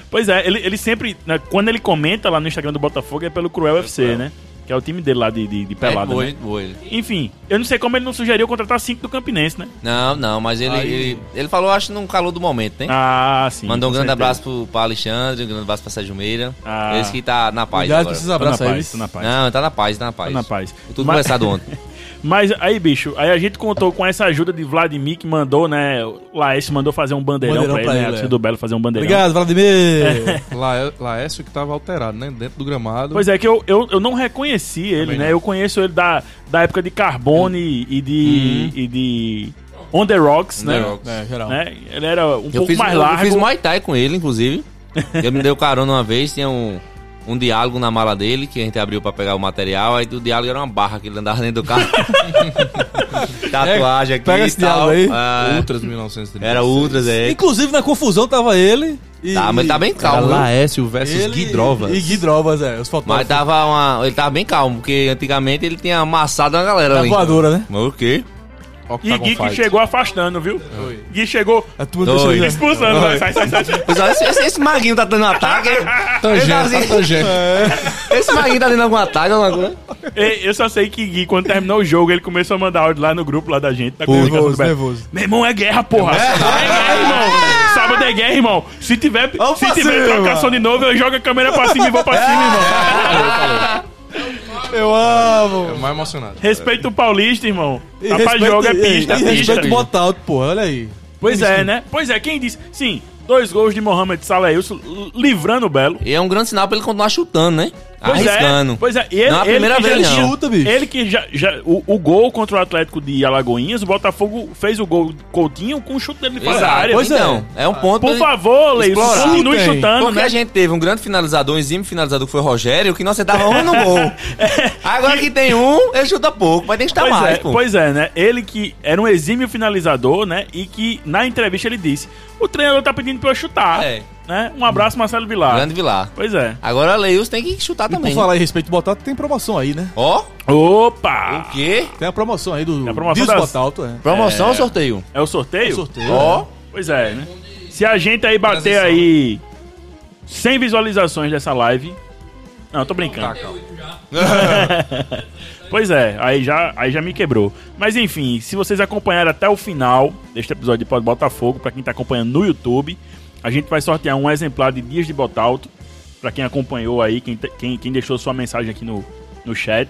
Pois é, ele, ele sempre. né, quando ele comenta lá no Instagram do Botafogo é pelo Cruel FC, né? Que é o time dele lá de, de, de pelada, né?
gente boa ele.
Enfim, eu não sei como ele não sugeriu contratar cinco do Campinense, né?
Não, não, mas ele,
Aí-
ele, ele falou, acho, num calor do momento, né?
Ah, sim.
Mandou um
com
grande
certeza.
abraço pro, pra Alexandre, um grande abraço pra Sérgio Meira.
Ah.
Esse que tá na paz
Aliás,
agora.
precisa
Tô na
abraçar
paz,
eles.
tô na paz.
Não, tá na paz, tá na
Tô
paz.
na paz.
Tudo
Mas-
conversado ontem.
Mas aí, bicho, aí a gente contou com essa ajuda de Vladimir, que mandou, né? O Laércio mandou fazer um bandeirão, pra
Bandeirão
ele,
pra
né?
ele,
a torcida
é.
do Belo fazer um bandeirão.
Obrigado, Vladimir.
Laé- Laércio que tava alterado, né? Dentro do gramado.
Pois é, que eu, eu, eu não reconheci ele, né? Eu conheço ele da, da época de Carbone e de.
Uhum.
e de. On the Rocks, né?
é, geral.
Né? Ele era um
Eu
pouco
fiz,
mais
eu
largo.
fiz Muay Thai com ele, inclusive. Ele me deu carona uma vez, tinha um, um diálogo na mala dele, que a gente abriu pra pegar o material, aí o diálogo era uma barra que ele andava dentro do carro. Tatuagem aqui
Pega
e
esse
tal.
diálogo aí.
é.
Ah,
Ultras 1930.
era Ultras, é.
Inclusive, na confusão tava ele e...
Tá, mas tá bem calmo. viu?
Laércio versus
Ele
Guidrova.
E Guidrovas, é. Os
Mas tá
fotógrafos.
tava uma, ele tava bem calmo, porque antigamente ele tinha amassado a galera
da
ali.
voadora, né?
Mas o quê?
E Gui que chegou afastando, viu? Gui chegou
É A turma
Dois.
deixou ele-
expulsando. vai, Sai, sai, sai. sai.
Pessoal, esse, esse, esse maguinho tá dando ataque. hein? Ele tá assim, esse maguinho tá dando algum ataque, alguma coisa.
Ei, Eu só sei que Gui, quando terminou o jogo, ele começou a mandar áudio lá no grupo lá da gente. Da comunicação do
Nervoso,
Belo.
nervoso.
Meu irmão, é guerra, porra. É, guerra, irmão. Sábado é guerra, irmão. Se tiver,
Vamos
se
pra
tiver
cima.
trocação de novo, eu jogo a câmera pra cima e vou pra cima, irmão.
Eu amo.
mais emocionado.
Respeita o paulista, irmão.
E
Rapaz,
respeito-
jogo é
e-
pista,
e,
pista.
respeito o Botalto, porra. Olha aí.
Pois é, né? Pois é, quem disse? Sim, dois gols de Mohamed Salailson livrando o Belo.
E é um grande sinal pra ele continuar chutando, né?
Pois
Arriscando.
é, pois é. E ele,
Não é a
ele
primeira
que
vez,
já,
não.
Chuta, bicho.
Ele que já... já o, o gol contra o Atlético de Alagoinhas, o Botafogo fez o gol do Coutinho com o chute dele de fora da
Exato.
área.
Pois
né?
então, é. um ponto.
Por
de-
favor, Leilson,
Explorar.
continue
Chutem.
chutando,
Porque
né?
a gente teve um grande finalizador, um exímio finalizador que foi o Rogério, que não acertava um no gol. Agora que tem um, ele chuta pouco, mas tem que chutar
É. Pois,
mais,
é,
pô.
pois é, né? Ele que era um exímio finalizador, né? E que na entrevista ele disse: o treinador tá pedindo pra eu chutar.
É.
Né? Um abraço, Marcelo Vilar.
Grande Vilar.
Pois é.
Agora a Leils tem que chutar
E por
também.
falar em respeito ao Botalto, tem promoção aí, né?
Ó,
Opa!
o quê?
Tem a promoção aí do
a promoção
Dias
das-
Botalto, é.
Promoção ou sorteio?
É o sorteio?
Sorteio.
Ó,
Pois é, né? Se a gente aí bater
Transição.
aí 100 visualizações dessa live. Não, tô brincando. pois é, aí já, aí já me quebrou. Mas enfim, se vocês acompanharam até o final deste episódio de Pod Botafogo, pra quem tá acompanhando no YouTube, a gente vai sortear um exemplar de Dias de Botalto. Pra quem acompanhou aí, quem, te- quem, quem deixou sua mensagem aqui no, no chat.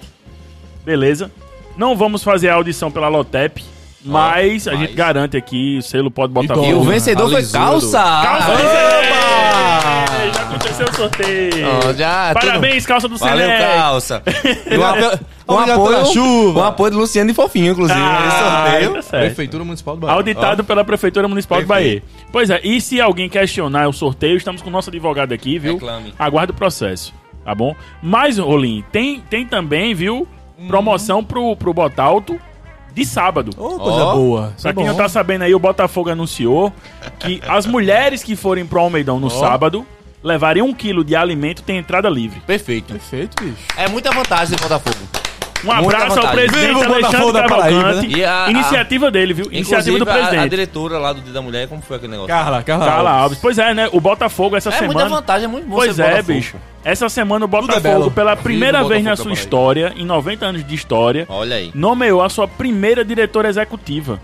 Beleza? Não vamos fazer a audição pela Lotep, mas a gente garante aqui o selo pode botar
bom.
E o vencedor foi
Alizudo.
Calça!
Calça do
Oba!
Celeste! Já aconteceu o sorteio!
Ó, já,
Parabéns, calça do
Valeu,
Celeste!
Calça! E um apo- um
Obrigado
apoio,
é
pela chuva.
um apoio do Luciano e Fofinho, inclusive.
tá Ah,
nesse sorteio.
tá certo.
É. Prefeitura Municipal do Bahia.
Auditado pela Prefeitura Municipal de Bahia. Pois é, e se alguém questionar o sorteio, estamos com o nosso advogado aqui, viu?
Reclame.
Aguarde o processo, tá bom? Mas, Rolim, tem, tem também, viu?
Uhum.
Promoção pro, pro Botalto de sábado.
Ô, coisa
Ó.
boa.
Pra
Isso é
quem
bom.
não tá sabendo aí, o Botafogo anunciou que as mulheres que forem pro Almeidão no sábado levarem um quilo de alimento tem entrada livre.
Perfeito.
Perfeito, bicho.
É muita vantagem do Botafogo.
Um
Muita
abraço ao
vantagem.
presidente
Viva o
Alexandre
Botafogo da Paraíba,
Cavalcante.
né? E a- a-
Iniciativa dele, viu? Iniciativa do
Inclusive, a- A,
presidente.
diretora lá do Dia da Mulher, como foi aquele negócio?
Carla, Carla.
Carla
Alves.
Alves. Pois é, né? O Botafogo essa
É muita
semana.
vantagem, é muito bom
Pois
ser
é,
Botafogo.
bicho. Essa semana o
é
Botafogo,
belo.
pela primeira
Viva o
vez na sua
Botafogo da Paraíba.
história, em 90 anos de história,
Olha aí.
nomeou a sua primeira diretora executiva.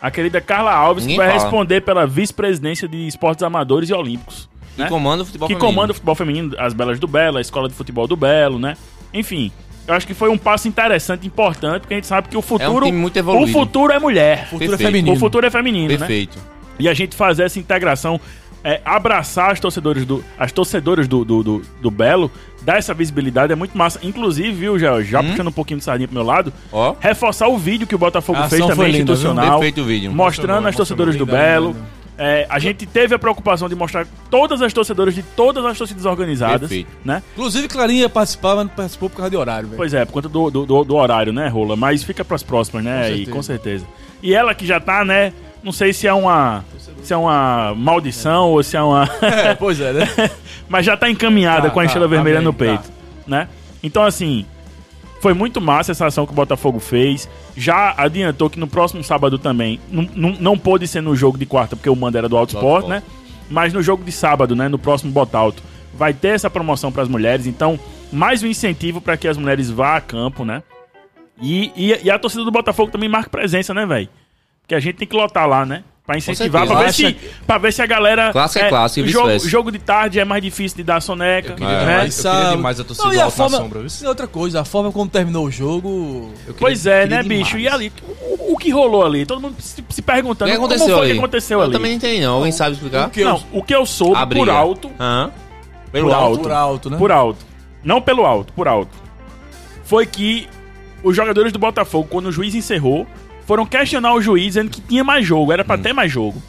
A querida Carla Alves, que
Ninguém
vai
fala.
responder pela vice-presidência de esportes amadores e olímpicos.
Que
né?
comanda o futebol
que
feminino.
comanda o futebol feminino, as Belas do Belo, a Escola de Futebol do Belo, né? Enfim, eu acho que foi um passo interessante, importante, porque a gente sabe que o futuro.
time muito evoluído.
O futuro é mulher.
Cultura
Perfeito.
feminina.
O futuro é feminino, né?
Perfeito.
E a gente fazer essa integração, é, abraçar as torcedoras do, as torcedoras do, do, do, do Belo, dar essa visibilidade é muito massa. Inclusive, viu, já, já puxando um pouquinho de sardinha pro meu lado,
Ó.
reforçar o vídeo que o Botafogo
A ação
fez também
foi linda,
institucional,
Perfeito o vídeo.
mostrando
Emocionou,
as torcedoras do
emocionou.
Belo.
Linda, linda.
É, a gente teve a preocupação de mostrar todas as torcedoras de todas as torcidas organizadas,
Perfeito.
né?
Inclusive, Clarinha ia participar, mas não participou por causa de horário, velho.
Pois é, por conta do, do, do- do horário, né, Rola? Mas fica pras próximas, né?
Com
e
certeza.
com certeza. E ela que já tá, né? Não sei se é uma. Se é uma maldição ou se é uma.
É, pois é, né?
Mas já tá encaminhada
Tá,
com a
tá,
enchela
tá
vermelha
bem,
no peito,
tá.
né? Então, assim, foi muito massa essa ação que o Botafogo fez. Já adiantou que no próximo sábado também, não, não, não pôde ser no jogo de quarta, porque o mando era do Alto Sport, né? Mas no jogo de sábado, né? No próximo Botalto, vai ter essa promoção para as mulheres. Então, mais um incentivo para que as mulheres vá a campo, né? E, e, e a torcida do Botafogo também marca presença, né, velho? Porque a gente tem que lotar lá, né? Pra incentivar,
certeza.
pra ver,
Acha
se, pra ver se a galera.
Clássico é clássico e
jogo,
vice-versa.
jogo de tarde é mais difícil de dar soneca.
Eu queria,
né?
demais, eu queria
Sabe.
demais a
ah,
torcida
Não, e
do
a
Alto na
forma...
Sombra. viu?
E outra coisa, a forma como terminou o jogo...
Eu queria-
Pois é,
queria
né,
demais.
bicho? E ali, o, o que rolou ali? Todo mundo se, se
O
perguntando
que
como
aconteceu
foi
ali?
que aconteceu
eu
ali.
também não entendi, não. Alguém sabe explicar?
que
Não, o que eu soube
A
por
briga.
alto,
Hã?
Pelo alto.
Por alto, né?
por alto, não pelo alto, por alto, foi que os jogadores do Botafogo, quando o juiz encerrou, foram questionar o juiz dizendo que tinha mais jogo, era pra
Hum.
ter mais jogo.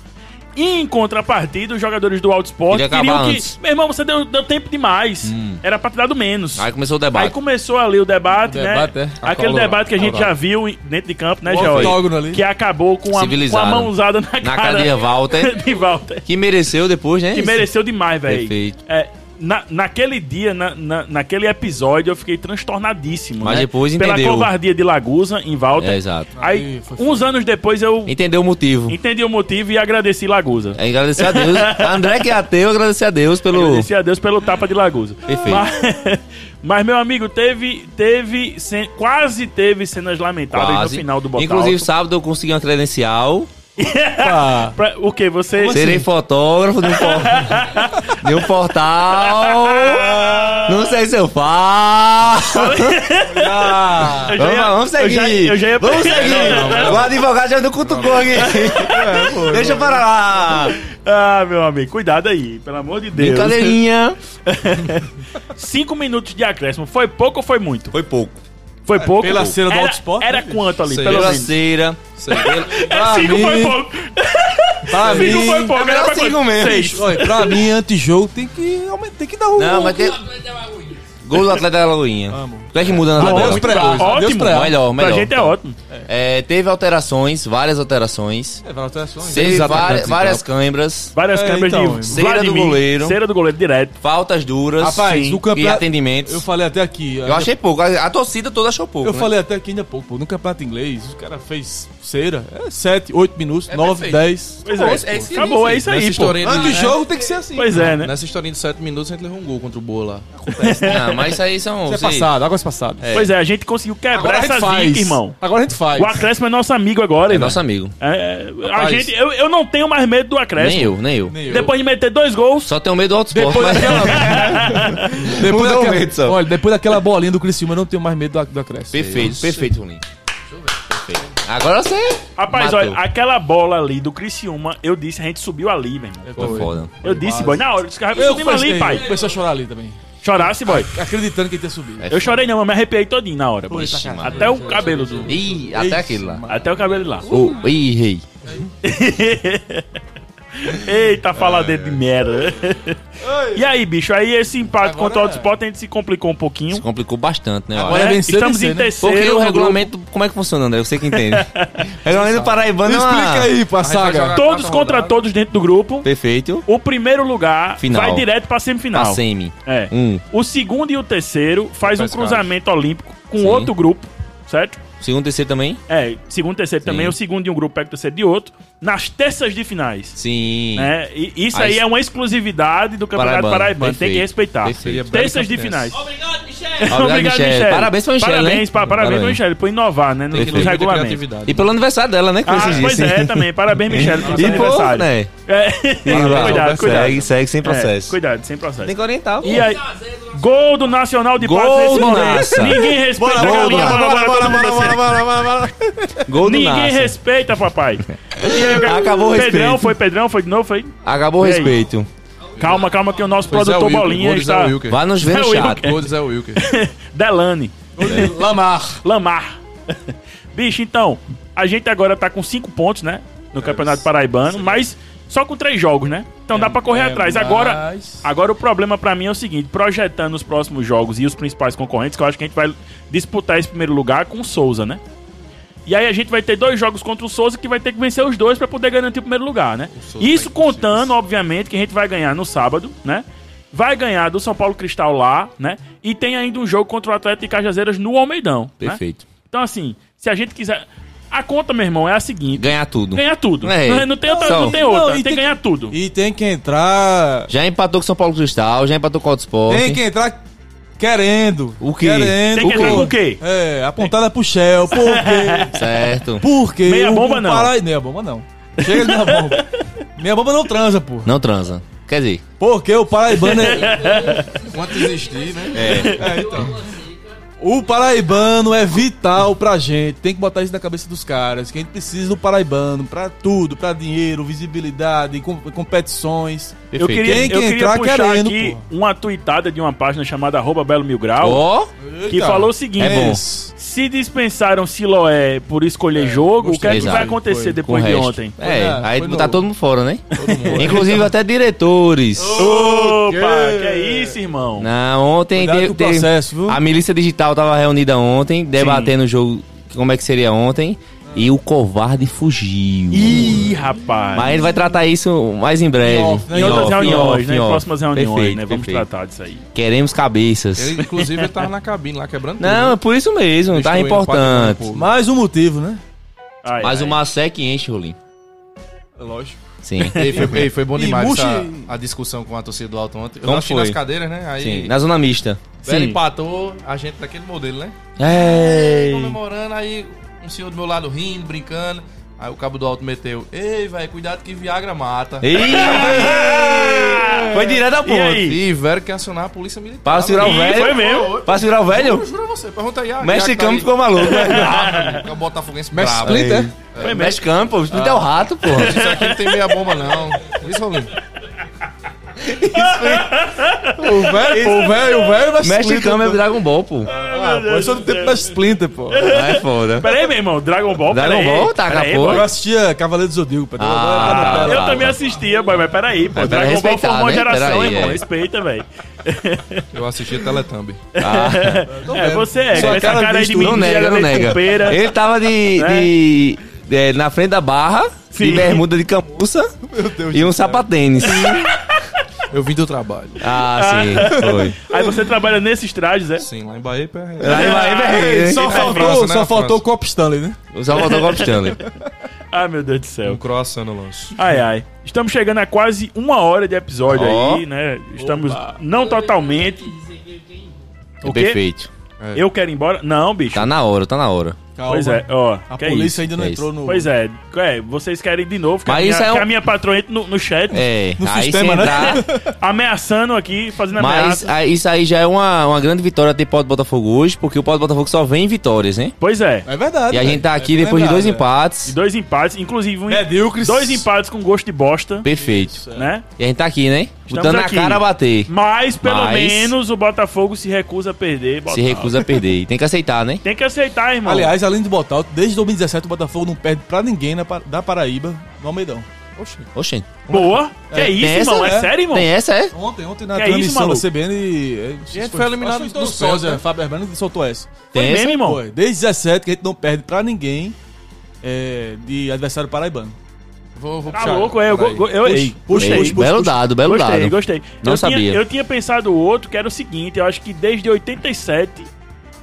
E em contrapartida, os jogadores do Alto Sport
Queria acabar
queriam que.
antes. Hum.
Meu irmão, você deu, deu tempo demais. Era pra ter dado menos.
Aí começou o
Aí
debate.
começou ali o debate,
O
né?
debate, é.
Aquele
Acalorado,
debate que a gente já
acalorado.
viu em- dentro de campo, né,
O octógono
Jorge?
ali.
Que acabou com a, com a
Civilizaram.
mãozada na,
Na
cara
cadeia né? Walter.
de Walter.
Que mereceu depois, né?
Que mereceu demais, velho.
Perfeito.
É, na, naquele dia, na, na- naquele episódio, eu fiquei transtornadíssimo.
Mas
né?
depois
Pela
entendeu.
covardia de Lagusa em Walter.
É, exato.
Aí,
Aí foi
uns anos depois, eu
Entendeu o motivo.
entendi o motivo e agradeci Lagusa.
É agradecer a Deus. André que é ateu, agradecer a Deus pelo...
Agradeci a Deus pelo tapa de Lagusa.
Perfeito.
Mas, mas, meu amigo, teve, teve, cen- quase teve cenas lamentáveis
Quase.
no final do Botalto.
Inclusive, sábado eu consegui uma credencial.
Opa!
Pra- o que? Você.
Serei
assim?
fotógrafo de um, por- de um portal. Não sei se eu faço.
Eu já
Vamos,
ia-
vamos seguir.
Eu já, eu já ia
Vamos seguir. O advogado já não cutucou aqui.
É,
Deixa para lá.
Ah, meu amigo, cuidado aí, pelo amor de Deus.
Brincadeirinha.
Cinco minutos de acréscimo. Foi pouco ou foi muito?
Foi pouco.
Foi pouco.
É, pela cena do
era,
Autosport, né,
Era
bicho?
quanto ali,
Sei.
pelo
Pela
menos?
cera.
Sei.
É, cinco foi pouco.
Pra mim...
Cinco foi pouco.
é melhor assim
Era pra
cinco
quanto?
mesmo.
Seis.
Olha, pra mim, antijogo tem que, aumentar, tem que dar um...
Não, mas tem... Gol do Atleta da Lagoinha.
Amo.
O que é que muda na
Ah,
tabela?
Deus pra-
então, Ótimo.
Deus pra-
Melhor,
Pra
melhor.
gente é ótimo.
É, teve alterações, várias alterações.
É, vai alterações.
Teve
Seis
várias,
atacantes
então.
em
várias câimbras.
Várias
É,
câmeras
então,
de
cera do
Vladimir,
goleiro.
Cera do goleiro direto.
Faltas duras
Rapaz,
sim,
no campeonato-
e atendimentos.
Eu
Eu,
falei até aqui. Eu,
achei pouco. A, a torcida toda achou pouco.
Eu
né?
falei até aqui ainda há pouco. pô. No campeonato inglês, o cara fez cera. É 7, 8 minutos, 9, 10.
Pois é, acabou, é isso
Nessa
aí, pô.
historinha de-
Antijogo tem que ser assim.
Pois é, né?
Nessa historinha de 7 minutos a gente levou um gol contra o Boa lá.
Não,
mas isso aí são.
Isso é
se-
passado, águas passadas.
É.
Pois é, a gente conseguiu quebrar
Agora a gente
essa
faz.
zica, irmão.
Agora a gente faz.
O Acréscimo é nosso amigo agora,
né?
É
irmão.
nosso amigo.
É, a
Rapaz.
gente, eu, eu não tenho mais medo do
Nem
Acréscimo.
eu, nem eu.
Nem eu.
Depois de meter dois gols,
Só tenho medo do alto esporte,
Depois
mas-
daquela.
Mudou
é um
depois
o
daquela...
medo, só.
Olha, depois daquela bolinha do Criciúma, eu não tenho mais medo da, da Cresce.
Perfeito,
Deus.
perfeito, Rolinho. Perfeito. Agora você.
rapaz,
matou.
olha, aquela bola ali do Criciúma, eu disse, a gente subiu ali, meu irmão.
Foi foda.
Eu disse, boy, na hora, eu disse, cara,
Eu
subimos ali,
festei,
pai.
eu Comecei a chorar ali também.
Chorasse, boy.
Acreditando que ele tinha subido.
É
Eu chorei não, mas me arrepiei todinho na hora,
tá
boy.
Ixi, mano.
Até o cabelo do...
Ih, até aquele lá.
Até o cabelo lá.
Ô, ih, rei.
Eita, faladeira
É.
de merda. E aí, bicho, aí esse empate
Agora
contra o
é.
Auto Sport a gente se complicou um
Se
pouquinho.
complicou bastante, né? eu
Agora
acho.
é vencer,
Estamos
vencer,
em
né?
terceiro.
Porque o
no
regulamento, como é que funciona, André? Você que entende. O regulamento paraibano é uma...
Explica aí, pô, Ah, a saga.
tá
grupo. Todos contra todos dentro do grupo.
Perfeito.
O primeiro lugar
Final. Ah,
vai direto pra semifinal.
A semi.
É.
Um.
O segundo e o terceiro faz um
Pescados.
cruzamento olímpico com
Sim.
outro grupo, certo?
Segundo, terceiro também?
É, segundo e terceiro
Sim.
também, o segundo de um grupo pega o terceiro de outro, nas terças de finais.
Sim.
Né? E isso
Aí-
aí é uma exclusividade do Campeonato
Paraibano.
Paraibano, tem que
Perfeito.
respeitar.
Perfeito.
Terças de finais.
Obrigado, Michel.
Obrigado, Michele. Parabéns pra
Parabéns,
Michele, né?
pa- parabéns pra
Parabéns.
Michele, por inovar, né? Nos, nos
Tem que ter
muita
regulamentos.
criatividade.
E pelo aniversário dela, né? Que
Ah,
vocês
pois
dizem.
é, também. Parabéns, Michele, pelo seu
E pô,
aniversário.
né?
É.
E lá,
cuidado, cuidado.
Segue, segue sem
É,
processo.
cuidado, sem processo.
Tem que orientar, pô.
E aí, gol do Nacional de
Gol
Patos nesse
do
momento.
Nassa.
Ninguém respeita a galinha. Bora, bora, bora, bora,
Gol do
Ninguém
Nassa.
respeita, papai. E aí,
Acabou o
Pedrão,
respeito.
foi Pedrão, foi de novo, foi.
Acabou o
E aí?
respeito.
Calma, calma, que o nosso
Pois é,
produtor
o Wilker,
Bolinha
Godes
está.
é o Wilker.
Vai nos ver
É
no
o
chat.
Godes é o Wilker.
Delane,
Lamar.
Lamar. Bicho, então, a gente agora tá com 5 pontos, né? No Campeonato Paraibano, mas só com 3 jogos, né? Então dá pra correr
é,
atrás. Agora,
mas-
agora o problema pra mim é o seguinte: projetando os próximos jogos e os principais concorrentes, que eu acho que a gente vai disputar esse primeiro lugar com o Souza, né? E aí a gente vai ter dois jogos contra o Souza que vai ter que vencer os dois pra poder garantir o primeiro lugar, né? Isso contando, obviamente, que a gente vai ganhar no sábado, né? Vai ganhar do São Paulo Cristal lá, né? E tem ainda um jogo contra o Atlético de Cajazeiras no Almeidão. né?
Perfeito.
Então, assim, se a gente quiser. A conta, meu irmão, é a seguinte:
Ganhar tudo.
ganhar tudo.
É.
Não, não tem outra,
Então,
não tem outra.
não, e
tem,
tem
que ganhar tudo.
E tem que entrar.
Já empatou com São Paulo Cristal, já empatou com o Alto Esporte.
Tem que entrar querendo.
O quê?
Querendo.
Tem que entrar
pô.
com o quê?
É, apontada pro Shell. Por quê?
Certo.
Por quê?
Meia
O-
bomba
o
não.
Pará- Meia bomba não. Chega de meia bomba. Meia bomba não transa, pô.
Não transa. Quer dizer,
Porque o paraibano é... então.
Quanto existir, né?
O paraibano é vital pra gente. Tem que botar isso na cabeça dos caras. Que a gente precisa do paraibano pra tudo, pra dinheiro, visibilidade, com- competições.
Eu
Perfeito.
queria,
Tem
eu
que
queria
entrar
puxar
querendo,
aqui
porra.
uma tuitada de uma página chamada arroba Belo Mil Grau,
ó,
que falou o seguinte:
É
né?
bom.
se dispensaram Siloé por escolher jogo, o que é que
Exato.
vai acontecer
Foi.
com o
depois de
resto.
ontem?
É,
Foi,
aí
foi
tá
novo.
todo mundo fora, né? Inclusive até diretores.
Opa, que é isso, irmão?
Não, ontem
Cuidado
teve,
com o processo, viu?
a milícia digital tava reunida ontem, debatendo o jogo, como é que seria ontem, e o covarde fugiu.
Ih, rapaz.
Mas ele vai tratar isso mais em breve.
Em off, né?
Em outras
off,
reuniões,
off,
né?
em
Em
off.
próximas reuniões,
Perfeito,
né? Vamos
perfeito.
tratar disso aí.
Queremos cabeças.
Ele, inclusive, ele tava na cabine lá quebrando
Não, é por isso mesmo,
tudo.
tá
Destruindo o patrimônio
importante.
público.
Mais um motivo, né?
Ai,
Mas
ai.
o Massé que enche, Rolim.
né? Lógico.
Sim.
Ei, foi, ei, foi bom
E
demais
Muxi-
essa- a discussão com a torcida do Alto ontem. Eu
Como
assisti
foi?
nas cadeiras, né? Aí
Sim. Na zona mista.
Velho
Sim.
empatou a gente daquele modelo, né?
É.
Comemorando, aí um senhor do meu lado rindo, brincando. Aí o cabo do alto meteu. Ei, velho, cuidado que Viagra mata.
Ih, Foi direto a
E
ponta.
aí?
Tiveram que acionar a polícia militar.
Para segurar o
Ih,
velho.
foi mesmo. Ah,
Pra segurar o velho?
Eu juro a você, pergunta aí.
O mexicano ficou maluco. né?
É O Botafoguense
Mestre
brabo.
Splinter.
Foi mesmo. Ah.
Mexicano, pô. Splinter é o rato, pô.
Isso aqui não tem meia bomba, não. Isso, Rolinho.
O velho, o velho, o velho vai
Mexicano é Dragon Ball, pô.
Ah, pô, isso é do tempo da Splinter, pô.
É foda.
Pera aí, meu irmão. Dragon Ball,
Dragon
peraí.
Ball, tá,
Peraí,
acabou.
boy.
Eu assistia Cavaleiro do Zodíaco, pô.
Ah,
Eu
tá,
também
tá.
assistia, boy, mas peraí, pô.
Mas pera
Dragon Ball
respeitar,
formou uma
né?
geração,
Pera aí,
irmão.
é.
Respeita, velho.
Eu assisti a Teletumbie.
É, você é.
Sua
Essa
cara
cara,
diz
de
tudo.
menino,
Não nega, não
de
nega.
cupeira.
Ele tava de.
Né?
de- é, na frente da barra, de
Sim.
bermuda de cambuça
Deus
e um sapatênis.
Eu vim do trabalho.
ah, sim, foi.
Aí você trabalha nesses trajes, é?
Sim, lá em Bahia, pera aí.
Aí vai, vai, vai.
Só
Eita,
faltou,
França, né,
só faltou
França?
o Cop Stanley, né?
Só faltou o Bob Stanley.
Ah, meu Deus do
Um
céu.
croissant no lanche.
Ai, ai. Estamos chegando a quase uma hora de episódio
Ó.
aí, né? Estamos não totalmente. O quê?
Perfeito.
Eu quero ir embora? Não, bicho.
Tá na hora, tá na hora.
Calma.
Pois é, ó.
A
que é
polícia
isso?
ainda não
que é
entrou no.
Pois é, é, vocês querem de novo que,
Mas
a, minha,
isso é um-
que a minha patroa entre no, no chat,
É,
No
aí
sistema,
sem
né?
entrar,
ameaçando aqui, fazendo
Mas
ameaça.
aí- isso aí já é uma, uma grande vitória ter Pó do Botafogo hoje, porque o Pó do Botafogo só vem em vitórias, né?
Pois é,
É verdade.
E a
velho.
gente tá
É
aqui
bem
depois de dois
lembrado, velho.
empates.
dois empates, inclusive um,
Medíocres.
dois empates com gosto de bosta,
Perfeito.
né?
E a gente tá aqui, né?
Estamos
Botando
aqui.
a cara a bater.
Mas pelo
Mas-
menos o Botafogo se recusa a perder.
Se
Botafogo.
recusa a perder. E tem que aceitar, né?
Tem que aceitar, irmão.
Aliás, além de botar, desde 2017 o Botafogo não perde pra ninguém na, Pa- da Paraíba no Almeidão. Oxi.
Oxente.
boa. Que é
tem
isso,
essa,
irmão? É
né?
sério, irmão?
Tem essa, é?
Ontem, ontem na
Que é isso,
transmissão
maluco?
da CBN. é, isso
gente foi eliminado
acho que foi
dos
o Sósia,
pés, né?
Fábio Hermano que soltou essa.
Foi
Tem essa?
mesmo, irmão?
Foi. Desde 17 que a gente não perde pra ninguém é, de adversário paraibano.
Vou, vou
Tá
puxar.
louco, é. Eu, go-
Peraí.
go- eu, ei, gostei.
Ei, belo dado, belo
gostei,
dado.
Gostei,
Não
eu
sabia.
Tinha, eu tinha pensado outro, que era o seguinte. Eu acho que desde 87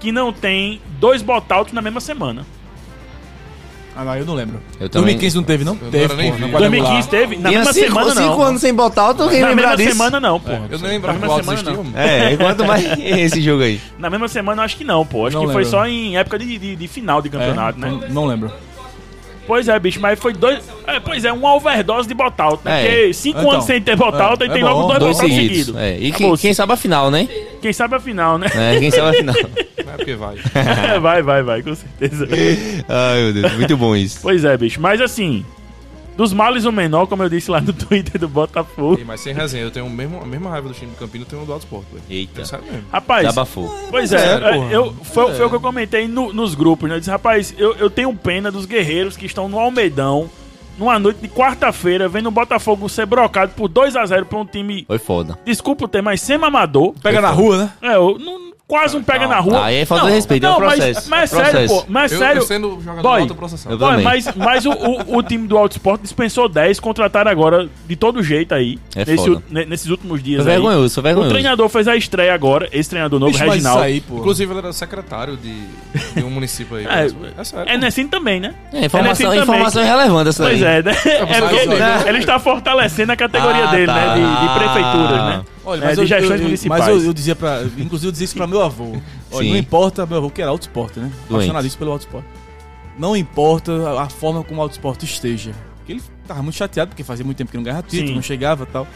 que não tem dois botautos na mesma semana.
Ah, não, eu não lembro.
Eu também.
2015 não teve, não?
não
teve,
era nem
pô, na
vivo.
quadrangular.
2015 teve? Na
Tinha
mesma
cinco,
semana
cinco
não.
anos sem botar, eu tô quem
na
lembrar
mesma
disso.
semana não, pô.
É.
Eu nem lembrava
Na
qual
mesma
assistiu.
semana,
mano.
É, quanto mais esse jogo aí?
Na mesma semana eu acho que não, pô. Acho
Não
que foi
lembro.
só em época de, de- de final de
É,
campeonato, né?
não- Não lembro.
Pois é, bicho, mas foi dois. É, pois é, uma overdose de botalto, né?
É.
Porque cinco
Então,
anos sem ter botalto,
é,
aí tem
é
logo
bom.
dois,
Dois
botaltos
seguidos.
seguidos.
É, E quem,
Acabou.
quem sabe a final, né?
Quem sabe a final, né?
É, quem sabe a final.
Não é porque vai.
vai, vai, vai, com certeza.
Ai, meu Deus, muito bom isso.
pois é, bicho, mas assim. Dos males o menor, como eu disse lá no Twitter do Botafogo.
Ei, mas sem resenha, eu tenho o mesmo, a mesma raiva do time de Campinas, eu tenho o do Alto Sport, velho.
Eita.
Eu sabe mesmo.
Rapaz,
Desabafou.
pois é,
É,
é,
porra.
eu, foi, foi o que eu comentei no- nos grupos, né? Eu disse, rapaz, eu, eu tenho pena dos guerreiros que estão no Almedão, numa noite de quarta-feira, vendo o Botafogo ser brocado por 2 a 0 pra um time,
Foi foda.
desculpa o termo, mas semamador.
Pega na rua, né?
É, eu não- quase um pega na rua.
Aí é falta de respeito, é um processo,
Mas, mas
é um
sério, pô,
processo.
mas
Eu,
sério.
eu sendo um jogador
Boy.
do Alto processado.
Eu-
Olha,
também.
mas mas o, o, o time do Alto Sport dispensou 10, contrataram agora de todo jeito aí.
É
nesse
foda.
u- ne- nesses últimos dias
Foi
aí.
vergonhoso, foi
O
vergonhoso.
treinador fez a estreia agora, esse treinador novo,
Bicho, mas isso
Reginaldo.
aí, pô.
Inclusive, ele era secretário de, de um município aí.
É,
é sério.
É Nessin também, né?
É, informação,
Ele é assim
informação irrelevante essa
Pois
aí.
é, né? É porque
mas olha,
ele, ele está fortalecendo a categoria
Ah,
dele,
tá. Ah.
né? De, de prefeituras, né?
Olha,
É, de gestões municipais.
Mas eu, eu dizia pra. Inclusive eu dizia isso pra meu avô. Olha,
Sim.
não importa, meu avô que era autosport, né? Apaixonadíssimo pelo autosport. Não importa a, a forma como o autosport esteja. Porque ele tava muito chateado, porque fazia muito tempo que não ganhava título,
Sim.
não chegava e tal.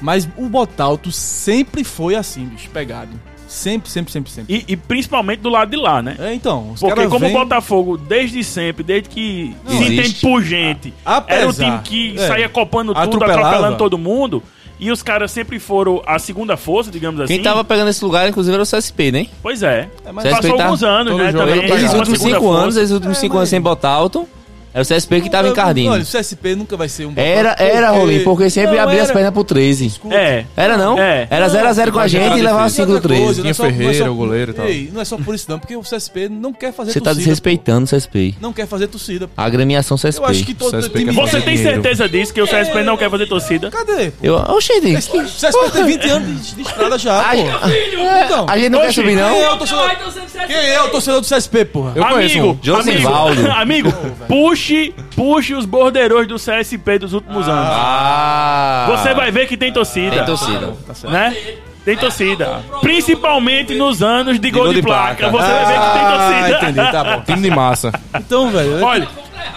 Mas o Botalto sempre foi assim, bicho, pegado. Sempre, sempre, sempre, sempre.
E, e principalmente do lado de lá, né?
É, então, os
Porque
caras
como o
vêm-
Botafogo, desde sempre, desde que
Não,
se
existe.
entende por gente,
Apesar-
era o time que
é.
saía copando tudo,
Atropelava.
atropelando todo mundo, e os caras sempre foram a segunda força, digamos assim.
Quem tava pegando esse lugar, inclusive, era o CSP, né?
Pois é.
É, mas
Passou
respeitar
alguns anos,
todo
né?
jogo,
Também.
ele pegava.
era
Esses
uma
últimos
segunda
cinco
força.
anos, esses últimos
É,
cinco
mas-
anos sem botar alto, é o CSP que tava encardindo.
Olha, o CSP nunca vai ser um
Era, era, Rolim, porque sempre
Não,
abria as
era.
pernas pro 13.
É.
Era não?
É.
Era 0x0 com a gente e levava 5 do
é
13.
Tinha Ferreira, o goleiro e tal.
Ei, não é só por isso não, porque o CSP não quer fazer
Você tá
torcida,
desrespeitando o CSP.
pô. Não quer fazer torcida. pô.
A agremiação CSP.
Eu acho que todo
CSP
time...
quer
Você
fazer
tem
dinheiro.
certeza disso, que o CSP não quer fazer torcida?
Cadê? pô?
Eu, Oxente,
O CSP
é
tem 20 anos de, de estrada já,
a,
pô. Então,
a gente não quer
Oxi.
subir
quem é
não?
o torcedor... Quem é o torcedor do CSP, porra?
amigo,
conheço um,
José
amigo,
Valdo.
amigo, puxe, puxe os borderões do CSP dos últimos anos.
Ah,
Você vai ver que tem torcida.
tem torcida.
né? Tem torcida. Principalmente nos anos de gol
gol
de,
de
placa.
placa.
Você vai ver
Ah,
que tem torcida.
entendi, tá bom.
Time de massa.
Então, velho...
Olha,